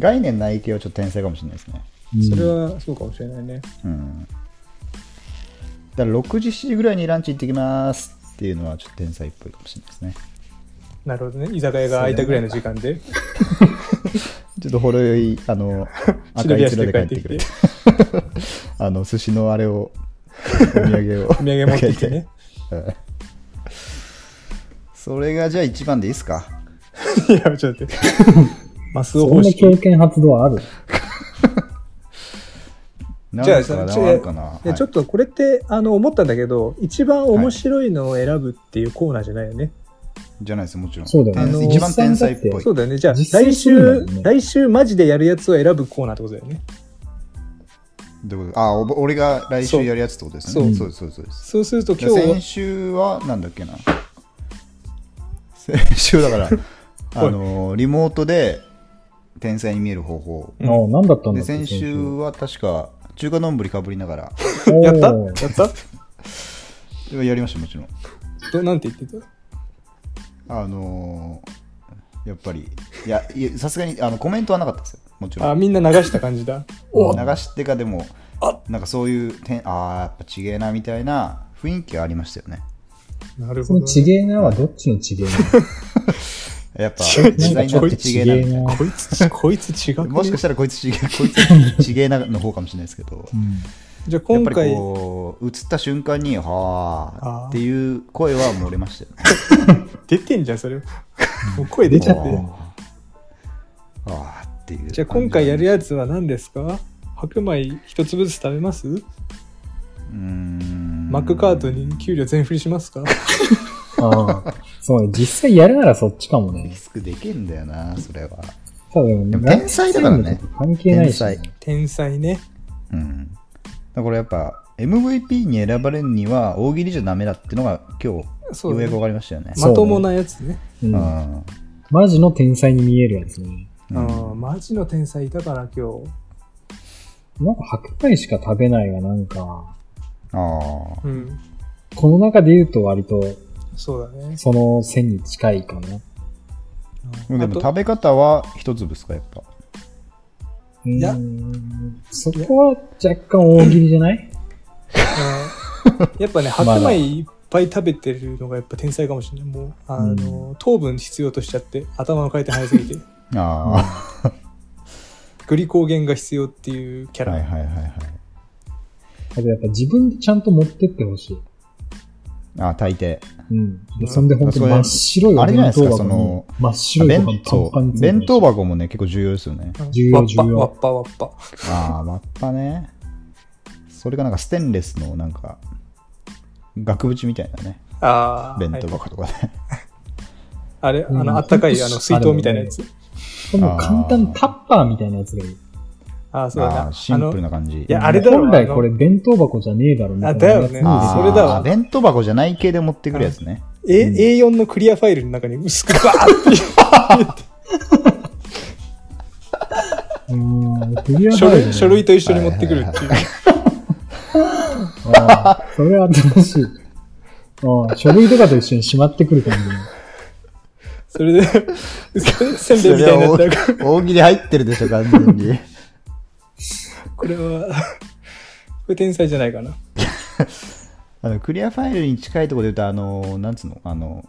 概念ない系はちょっと天才かもしれないですね。うんそれはそうかもしれないねうん。だから6時、7時ぐらいにランチ行ってきますっていうのはちょっと天才っぽいかもしれないですね。なるほどね居酒屋が空いたぐらいの時間でちょっとほろ酔い、あ (laughs) の、赤忍びい足面でで帰帰っっててきくてる。 (laughs) あの、寿司のあれを、お土産を。お (laughs) お土産持ってき (laughs) (laughs) てね。それがじゃあ一番でいいですかいやち (laughs) ょっと待ってマスオそん方な式経験発動はある。じゃなんあ、かそなのあるかな。いやはいちょっとこれって、あの、思ったんだけど、一番面白いのを選ぶっていうコーナーじゃないよね。じゃないです、もちろん。そうだよね天才あの一番天才っおぽっいそ。うだよね。じゃあ、実践来する週、んだもんね来週マジでやるやつを選ぶコーナーってことだよね。どういうことあ、おぼ俺が来週やるやつってことですね。そそうです、そうですそうです。そうすると今日は先、週は、なんだっけな。先週だ (laughs) から、あの、リモートで天才に見える方法。ああ、なんだったんだで、っけ先週は確か、中華丼かぶりながら、先週やったおーやったやりました、もちろん。どなんて言ってたあのーやっぱり、いや、いやさすがにあのコメントはなかったですよ、もちろん。あ、みんな流した感じだ。流してかでもなんかそういう点ああやっぱちげえなみたいな雰囲気はありましたよねなるそほどのね。ちげえなはどっちのちげえなやっぱ、違う時代になってちげえな。こいつ、こいつ違くねもしかしたらこいつ (laughs) ちげえ、こいつちげえなの方かもしれないですけど、うん。じやゃあっ今ぱり回、こう、映った瞬間に、はあーあっていう声は漏れましたよね。出てんじゃん、それ。もう声出ちゃってる。あーあーっていう。じゃあ今回やるやつは何ですか白米一粒ずつ食べますうーんマックカートに給料全振りしますかああ。そうね。実際やるならそっちかもリね。スクでけんだよな、それは。多分、でも天才だからね。関係ないし、天才天才ね。うん。だからやっぱ、MVP に選ばれるには大喜利じゃダメだってのが今日、そうようだねやく分かりましたよね。そうまともなやつね。うんうんマジの天才に見えるやつね。うあんあマジの天才いたから今日。なんか白米しか食べないがなんか、ああ。うん。この中で言うと割とそうだね。その線に近いかな。であもと食べ方は一粒ですか、やっぱ。いやそこは若干大喜利じゃない (laughs) うんやっぱね、白まだ米いっぱい食べてるのがやっぱ天才かもしれない。もう、あの、糖分必要としちゃって、頭の回転早すぎて、あグリコーゲンが必要っていうキャあ。ラ。はいはいはいはい。あとやっぱ自分でちゃんと持ってってほしい。ああ、大抵。うん。で、そんで本当に真っ白いあれじゃない弁当です箱かにその真っ白いご弁飯パン当パンについてる弁当箱もね、結構重要ですよね。うん重要わっぱ重要わっぱわっぱ。ああ、マッパね。それがなんかステンレスのなんか、額縁みたいなね、ああ。弁当はい箱とかね。あれ、あうんの、あったかい、あの、水筒みたいなやつ。これもう簡単にタッパーみたいなやつがいい。ああ、そうだあな。あ、シンプルあのな感じ。いやあれだろ本来これ弁当箱じゃねえだろみたいなやつにあだよねあーそれだわ弁当箱じゃない系で持ってくるやつね。 A- A4 のクリアファイルの中に薄くバーってうーん、クリアフ書ァイル類書類と一緒に持ってくるっていう。あーそれは楽しい。ああ書類とかと一緒にしまってくる感じ。それで、せんべいみたいになったら、それは大大喜利入ってるでしょ、完全に。 (laughs) これは、これ天才じゃないかな。あのクリアファイルに近いところで言うと、あの、なんつうの、あの、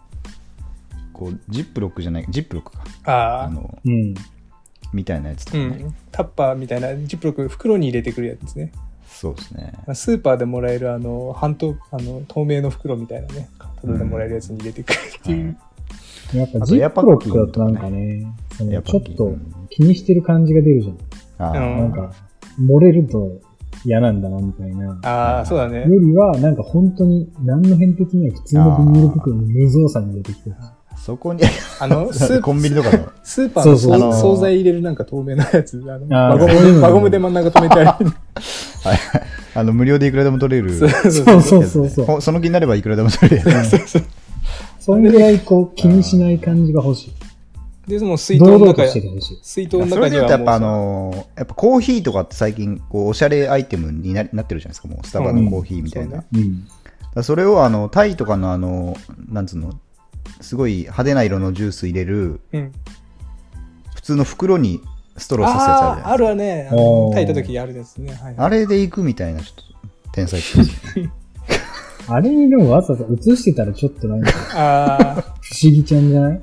こう、ジップロックじゃない、ジップロックか。あああ。の、うん。みたいなやつとうかね。ん。タッパーみたいな、ジップロック、袋に入れてくるやつですね。そうですね。スーパーでもらえる、あの、半透、あの、透明の袋みたいなね、タダでもらえるやつに入れてくるっていう。やっぱあジとエッアパプッキンロックグだとなんかね、そエのアパちょッっキングと気にしてる感じが出るじゃん。あうーなんか、漏れると嫌なんだな、みたいな。よああ、そうだね。りは、なんか本当に、何の変哲もない普通のビニール袋に無造作に入れてきてる。そこに、(laughs) あの、スーコンビニとかの。スーパーのそうそう惣惣菜入れるなんか透明なやつ、あのあ輪ーゴムそういうの輪ゴムで真ん中止めてある。はいあの無料でいくらでも取れるそうやつね。そそううそうそうそう。ほその気になればいくらでも取れるやつね。そんぐらいこう気にしない感じが欲しで、もう水い。筒の堂々中とやしてて、ほしい。水筒そのれで中に言うはとやっぱあもうの、やっぱコーヒーとかって最近、こう、おしゃれアイテムにななってるじゃないですか、もう、スタバのコーヒーみたいな。だうんかうん。らそれを、あの、タイとかのあの、なんつうの、すごい派手な色のジュース入れる、さ、うん、普通の袋にストローさせるやつあるあじゃあないー、であするわね。あのおータイ行った時あるですね。はい、か。あれで行くみたいな、ちょっと、天才ってますよね。あれにでもわざわざ映してたらちょっとなんか、あ不ー思議ちゃんじゃない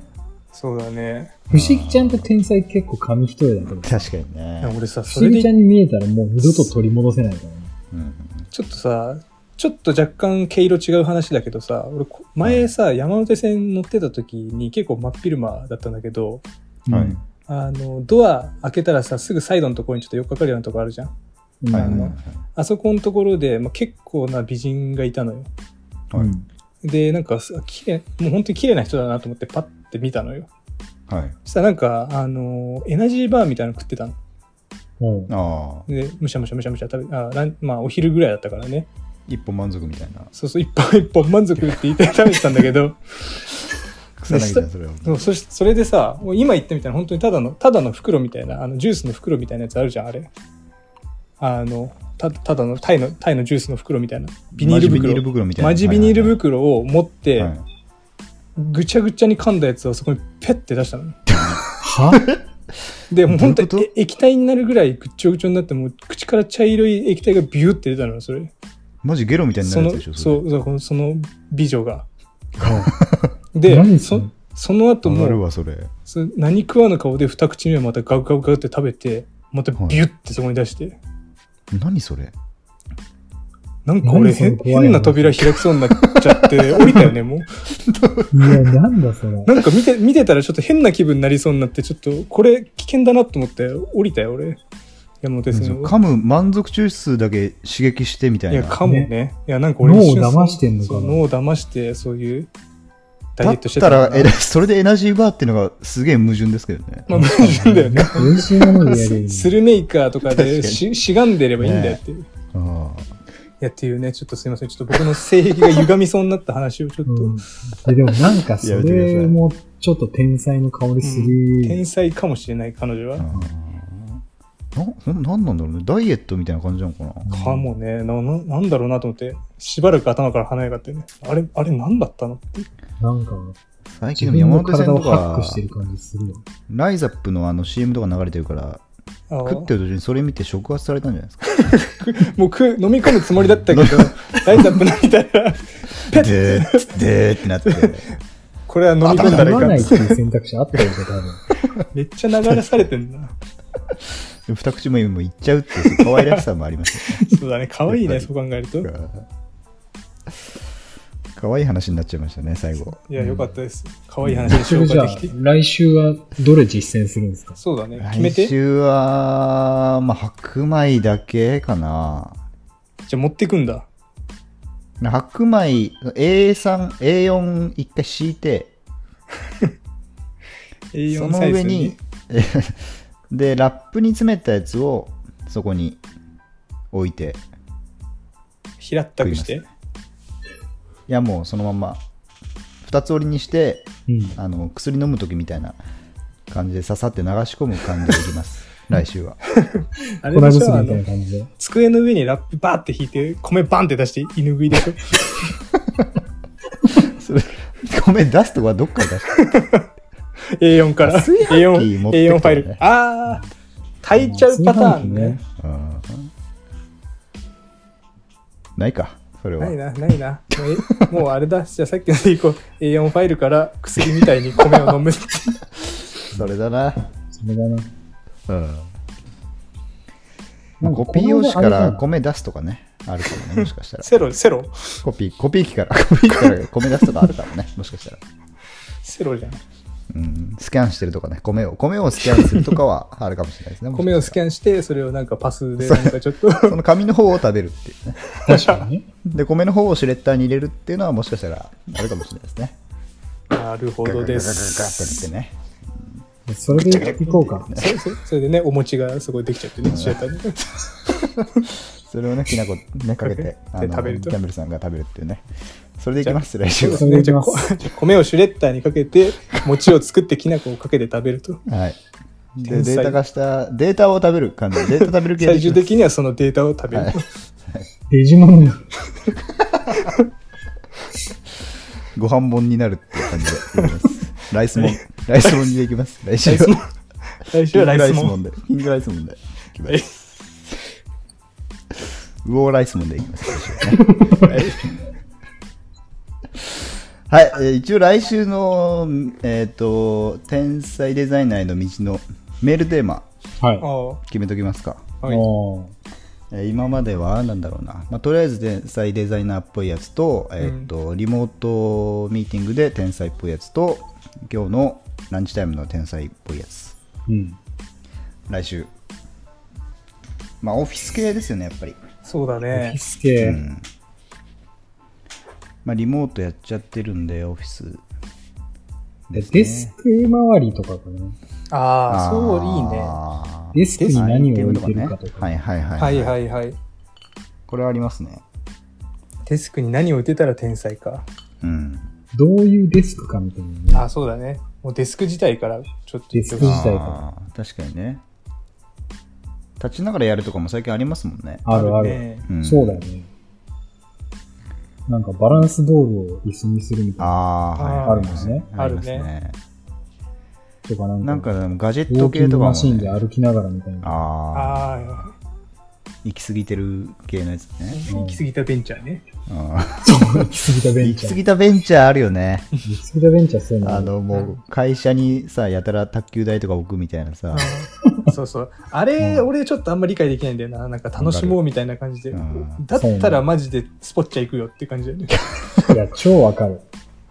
そうだね。不思議ちゃんと天才結構紙一重だけど、確かにね。俺さ、そ不思れ議ちゃでんに見えたらもう二度と取り戻せないからね。うんちょっとさ、ちょっと若干毛色違う話だけどさ、俺こ前さ、山手線乗ってた時に結構真っ昼間だったんだけど、はうんい。あの、ドア開けたらさ、すぐサイドのところにちょっと寄っかかるようなところあるじゃん。うんはいはいはいあそこのところで、まあ、結構な美人がいたのよ。はいで、なんか、す綺麗、もう本当に綺麗な人だなと思ってパッて見たのよ。はい。そしたらなんか、あの、エナジーバーみたいなの食ってたの。うんああ、で、むしゃむしゃむしゃむしゃ食べ、あランまあ、お昼ぐらいだったからね。一歩満足みたいな。そうそう、一本一本満足って言って食べてたんだけど、草薙じゃん、それは。そうそしそれでさ、もう今言ったみたいな、本当にただの、ただの袋みたいな、あの、ジュースの袋みたいなやつあるじゃん、あれ。あの、たただのタイの、タイのジュースの袋みたいな。ビニマールジビニール袋。袋みたいな。マジビニールはい袋を持って、はいはいはいぐちゃぐちゃに噛んだやつをそこにペッて出したの。は (laughs) で、もう本当どういうにえ液体になるぐらいぐっちょぐちょになって、もう口から茶色い液体がビューって出たのよ、それ。マジゲロみたいになそるのやつでしょ、れそうそう、その美女が。で、何そそれその後上がるもわ、それ。そ何食わぬ顔で二口目をまたガウガウガウって食べて、またビュッてそこに出して、何それなんか俺何それ変怖いな変な扉開きそうになっちゃって、降りたよね、(laughs) もう。いや、なんだそれ。なんか見て、見てたらちょっと変な気分になりそうになって、ちょっとこれ危険だなと思って降りたよ、俺。山手線を。噛む満足中枢だけ刺激してみたいいや、な。かもね。いや、なんか俺脳を一瞬騙してんのかなそう脳を騙して、そういうダイだエッっトしてたら、のかえ (laughs) ならそれでエナジーバーっていうのがすげえ矛盾ですけどね。まあ、矛盾だよね。美味し (laughs) いものでやるよ。スルメイカーとか確かにでししがんでればいいんだよっていう。いあや、っていうね、ちょっとすいません。ちょっと僕の性癖が歪みそうになった話をちょっ (laughs) と。うんえでもなんかそやめてくだされいもちょっと天才の香りする天。才かもしれない、彼女あは。な、ななんなんだろうね。ダイエットみたいな感じなのかな。かもねなな、なんだろうなと思って、しばらく頭から離れなかったよね。あれ、あれ何だったのって。なんか、最近自でも分の山手線体をとハッかクし、てる感じするよ。ライザップのあの CM とか流れてるから、あー食ってる途中にそれ見て触発されたんじゃないです (laughs) か。もう食う飲み込むつもりだったけど、ライザップ飲みたら、でーでーってなって。これは飲み込んだら飲いまかんないっていう選択肢あったよね、多分。 (laughs) めっちゃ流されてんな。二口目もいっちゃうっていう可愛らしさもありますそうだね、可愛いやね、っぱりそう考えると。ね。可愛い話になっちゃいましたね、最後。いや、よかったです。可愛い話で結紹局じゃ介あできて。、来週はどれ実践するんですかそうだね、決め来て。じ週は、まあ、白米だけかな。ゃあ持ってくんだ。白米、A3、A4 一回敷いて、そ A4 のサイズ上に、え (laughs) で、ラップに詰めたやつをそこに置いて、平ったくして。いやもうそのまんま、二つ折りにして、うん。あの薬飲む時みたいな感じでささって流し込む感じでいきます。来週は。あ粉れでしょ薬あみたいのな感じで。机の上にラップバーって引いて、米バンって出して犬食いでしょ。それ米出すとこはどっから出して A4 から。炊飯器 A4、持ってき A4 フたァらイねル。あー、炊いちゃうパターンね。うんないか、それはない。な、ないな。もうえもうあれだ。じゃあさっきのでいこう。A4 ファイルから薬みたいに米を (laughs) 飲む。それだな。それだな。うんなまあんかコピー用紙この間あれかだらな米出すとかね、あるかもね、もしかしたら。セロ、セロ。コピー、コピー機から、コピー機から米出すとかあるかもね、もしかしたら。セロじゃん。うん、スキャンしてるとかね、米を、米をスキャンするとかはあるかもしれないですね。 (laughs) 米をスキャンャンして、それをなんかパスでなんかちょっと。その紙の方を食べるっていうね。確かにね。で、米の方をシュレッダーに入れるっていうのはもしかしたらあるかもしれないです (laughs) ね。なるほどガでガガガガってす。やってね。それで行こうか。そそそれでね、お餅がすごいできちゃってね、しちゃったね。それをね、きな粉ね、かけて、あの、食べるとキャンベルさんが食べるっていうね。それでいきます、来週は。そうですねじゃあこ米をシュレッダーにかけて、餅を作ってきな粉をかけて食べると。はい。で、天才データ化した、データを食べる感じ。データ食べる系最終でいき的にはそのデータを食べる。はいデジモンだ。ますご飯本になるっていう感じでいきま (laughs) す。ライスもん、ライスもんでいきます。来週ライスモンは。来週はライスモン。で。キングライスもんで。いきます。ウォーライスもんでいきます。来週はねはい、えー一応来週の、えっ、と、天才デザイナーへの道のメールテーマはい。あ決めときますか。あ、はい。おーえー今まではなんだろうな、まあ、とりあえず天才デザイナーっぽいやつと,、えーっとリモートミーティングで天才っぽいやつと今日のランチタイムの天才っぽいやつうん。来週まあオフィス系ですよねやっぱり、そうだオフィね。ス系う。んまあ、リモートやっちゃってるんでオフィスでデスク周りとかかな。ああ、そういいね。あーデスクに何をア置いイてテるムかととかか。ねはいはいは、はいいはいはい。これはありますねデスクに何を打てたら天才か。うんどういうデスクかみたいなね。あ、そうだね。もうデスク自体からちょっとデスク自体かあー確かにね立ちながらやるとかも最近ありますもんね、ら。あるある。ねんそうだよね。なんかバランスボールを椅子にするみたいな。ああ、はいはいはいあるもんねありますあるね。とかなんか、なんか、ガジェウッォトーキン系グとかも、マシンでね。歩きながらみたいな。ああ。ああ、行き過ぎてる系のやつね。行き過ぎたベンチャーね。あそう、行き過ぎたーベン行チきャ過ー。ぎたベンチャーあるよね。行き過ぎたベンチャーそういうのあの、もう会社にさ、やたら卓球台とか置くみたいなさ。うんそうそう。あれ、うん俺ちょっとあんま理解できないんだよな。なんか楽しもうみたいな感じで。うんだったらマジでスポッチャ行くよって感じだよね。いや、超わかる。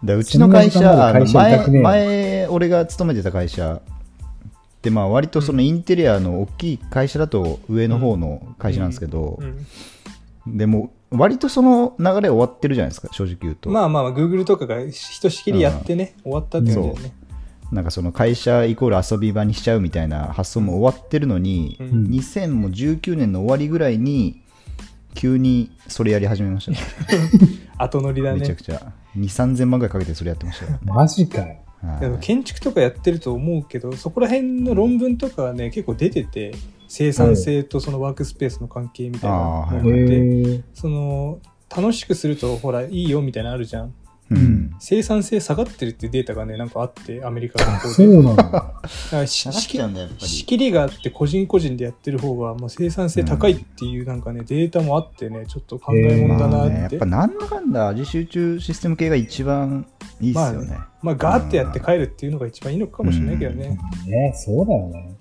だうちの会そんな社、あの会社痛前、くねえ前、俺が勤めてた会社で、まあ、割とそのインテリアの大きい会社だと上の方の会社なんですけどう、んでも、割とその流れ終わってるじゃないですか、正直言うと。まあまあまあ、Google とかがひとしきりやってね、終わったって感じだよね。なんかその会社イコール遊び場にしちゃうみたいな発想も終わってるのに、うん2019年の終わりぐらいに、急にそれやり始めましたね。後乗りだめちゃねく。ちゃ。2、3000万ぐらいかけてそれやってましたよ。マジかよ。はいでも建築とかやってると思うけど、そこら辺の論文とかはね、結構出てて、生産性とそのワークスペースの関係みたいなあーへのがあって、ーその、楽しくするとほらいいよみたいなのあるじゃん。うん。生産性下がってるっていうデータがね、なんかあって、アメリカの方そで。うなんだ。だからししきゃうんだ、やっぱ仕切りがあって個人個人でやってる方がまあ生産性高いっていうなんかね、データもあってねちょっと考えもんだまあなね、やっ、ってぱまあなんだかんだ味集中システム系が一番いいっすよね。ガーってやって帰るっていうのが一番いいのかもしれないけどね、ね、そうだよね。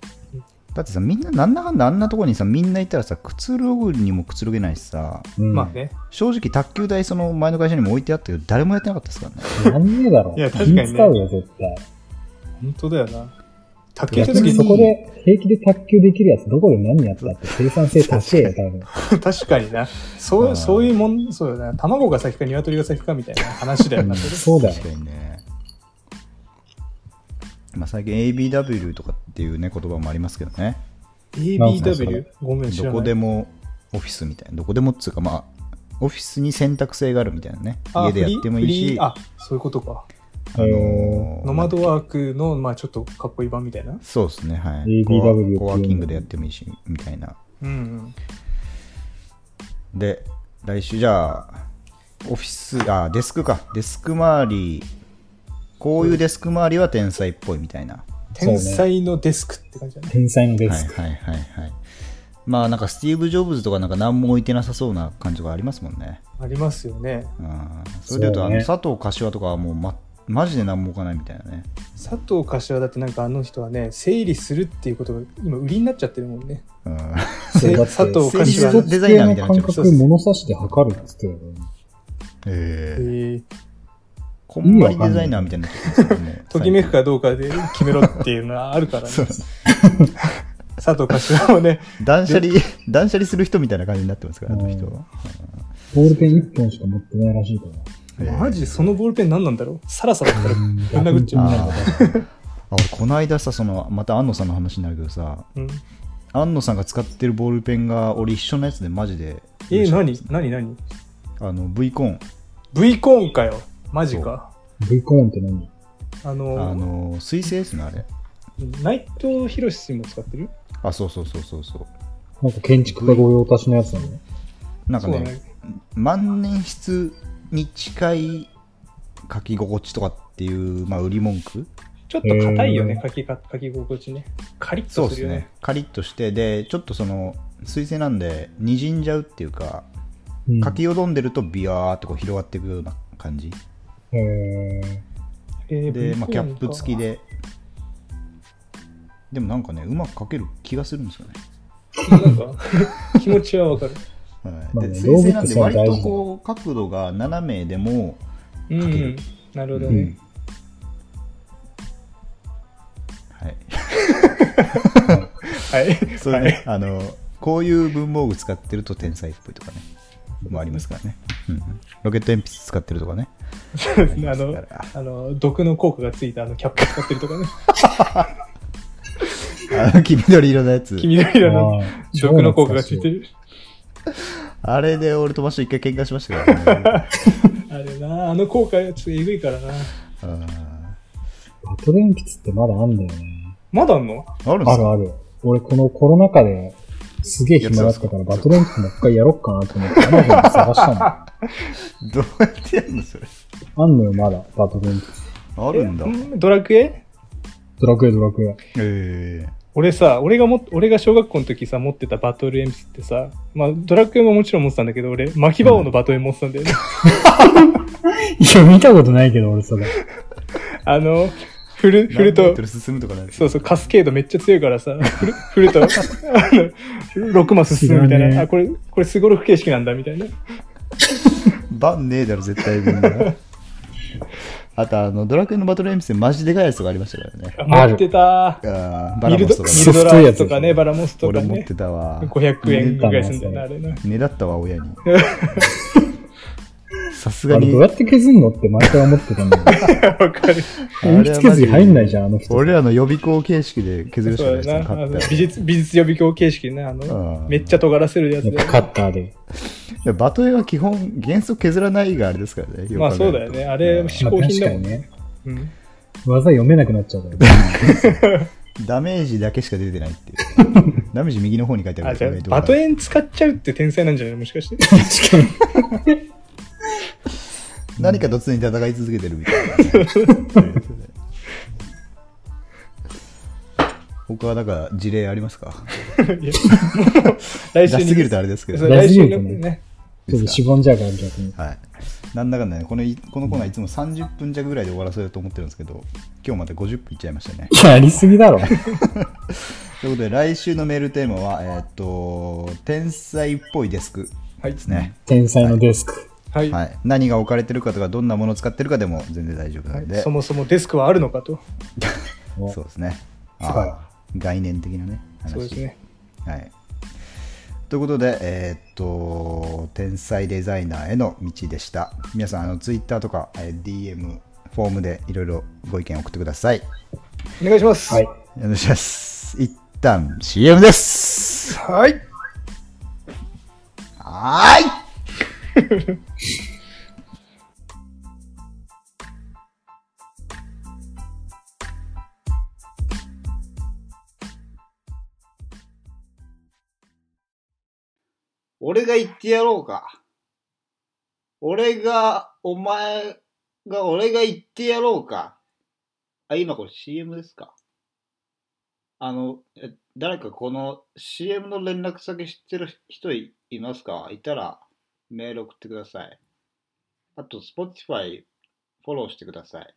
だってさ、みんななんだかんだあんなとこにさ、みんないたらさ、くつろぐにもくつろげないしさ、うんまあ。ね正直卓球台その前の会社にも置いてあったけど、誰もやってなかったですかやらね。んねえだろ。いや確かにね気使うよ、絶対。本当だよな卓球やって逆にる時そにこで平気で卓球できるやつ、どこで何やったって生産性高えよ、多分。 (laughs) 確かになそううんそういうもんそうだな卵が先か鶏が先かみたいな話だ (laughs) よなそれそうだよ確。かにね。まあ、最近 ABW とかっていうね、言葉もありますけどね。なんすかそ ABW れごめん知どらないこでもオフィスみたいな、どこでもっつうか、まあ、オフィスに選択性があるみたいなね。あ家でやってもいいフリーフリし、ーあそういうことかあのーノマドワークのまあちょっとかっこいい版みたいなそうですね、は ABW い。コワっていうのコワーキングでやってもいいし、みたいな。うん、うん、で、来週じゃあ、オフィス、あ、デスクか。デスク周り、こういうデスク周りは天才っぽいみたいな。そうね天才のデスクって感じだね天才のデはいスク。はいはいはい。まあなんかスティーブ・ジョブズとかなんか何も置いてなさそうな感じがありますもんね。ありますよね。うん。それで言うと、そうあねの佐藤柏とかはもう、ま、マジで何も置かないみたいなね。佐藤柏だってなんかあの人はね、整理するっていうことが今売りになっちゃってるもんね。うん。せだって佐藤整理す柏るの。デザイナー (laughs) みたいになっちゃう感覚物差しで測るっつってたよね。えええーこんまりデザイナーみたいになっちゃってますねときめくかどうかで決めろっていうのはあるからね。そう (laughs) 佐藤柏もね、断捨離、 (laughs) 断捨離する人みたいな感じになってますから、あの人うは。ボールペン1本しか持ってないらしいから。マジそのボールペン何なんだろうサラサラだったらぶん殴っちゃう。あーあ俺この間さそのまた安野さんの話になるけどさうん安野さんが使ってるボールペンが俺一緒のやつでマジでえー、何何何あの V コン ?V コーンかよ。マジか。 V コーンって何ああの、の水星ですねあれ内藤博士も使ってるあそうそうそうそうそうなんか建築家御用達のやつなのなんかそうねだね。万年筆に近い書き心地とかっていう、まあ、売り文句ちょっと硬いよねへ、ー書きか書き心地ね。カリッそうとでするすよねね。カリッとしてでちょっとその水星なんでにじんじゃうっていうかうん書きよどんでるとビヤーってこう広がっていくような感じへーえーで、まあ、文庫キャなんッかプ付きででもなんかねうまく書ける気がするんですよね、なんか (laughs) 気持ちはわかる。はい、まあでね水星なんで動物割性は大事とこう角度が斜めでもうん、かけるなるほどうねん。はい (laughs) はい。それね、あのこういう文房具使ってると天才っぽいとかねもありますからね、うん、ロケット鉛筆使ってるとかねそうですね。あのだから、あの毒の効果がついたあのキャップ使ってる (laughs) とかね。あの黄緑色のやつ黄緑色のあー毒の効果がついてる。る。あれで俺と場所一回喧嘩しましたからねあれな、あの効果ちょっとえぐいからな。あバトル鉛筆ってまだあんだよね。まだあんのー (laughs) あるんであするかある。俺このコロナ禍ですげえ暇だったからバトル鉛筆もう一回やろっかなと思って Amazon で探 (laughs) したどうやってやるのそれの。あんのよ、まだ。バトル鉛筆。あるんだえドラクエドラクエドラクエ。ええ俺さ、俺がもっ、俺が小学校の時さ、持ってたバトル鉛筆ってさ、まあ、ドラクエももちろん持ってたんだけど、俺、マヒバオのバトル持ってたんだよね。 (laughs) いや、見たことないけど、俺それ。あの、振る、振何メるとート、ル進むとかなんですそうそう、カスケードめっちゃ強いからさ、振る振 (laughs) ると、あの、6マス進むみたい知らねえな、あ、これ、これスゴロフ形式なんだ、みたいな。バンねえだろ、絶対みん (laughs) な。あと、あの、ドラクエのバトルエムスでマジでかいやつとかありましたからね。ある持ってた。あーバビラルモドスとか、ビルソね、ドラとかフトウェアとかねね、バラモスと俺か持っねて、たわ。 500円ぐらいすんだよな、あれな。ねだったわ、親に。さすあがれにどう。やって削んのって毎回思って (laughs) たんだけど。わかる。鉛筆削り入んないじゃん、あの人。俺らの予備校形式で削るしかないうでそすだね、な。あ買のった美術、美術予備校形式ね、あのう、んめっちゃ尖らせるやつで。カッターで。ら。バトエは基本、原則削らないがあれですからね。よく考えるとまあそうだよね。あれ、うん嗜まあ好確品かだもにんね。ね。うん技読めなくなっち (laughs) ゃうからね。ダメージだけしか出てないっていう。ダメージ右の方に書いてああ、るじゃ意外あとバトエン使っちゃうって天才なんじゃないもしかして。 (laughs) 何かと常に戦い続けてるみた (laughs) いな。他はなんか事例ありますか (laughs) いやもう出来週しにすぎるとあれですけそどう。ラ来ジ週オのとねね。ちょっとしぼんじゃうから、逆に。はい。なんだかんだね、このいこのコーナーいつも30分弱ぐらいで終わらせようと思ってるんですけど、今日また50分いっちゃいましたね。いや、ありすぎだろ。ということで、来週のメールテーマは、えーっと、天才っぽいデスクはいですね。 (laughs) 天才のデスク。はい。はい、何が置かれてるかとか、どんなものを使ってるかでも全然大丈夫なので、そもそもデスクはあるのかと。そうですね。すごいあー概念的なね。話そうですね。はい。ということで、えーっと、天才デザイナーへの道でした。皆さん、あの、ツイッターとか、えー DM、フォームでいろいろご意見送ってください。よお願いします。はい。ろしくです。一旦 CM です。はい。はーい。俺が言ってやろうか。俺が、お前が、俺が言ってやろうか。あ、今これ CM ですかあの、え誰かこの CM の連絡先知ってる人いいますかいたらメール送ってください。あと、Spotify フォローしてください。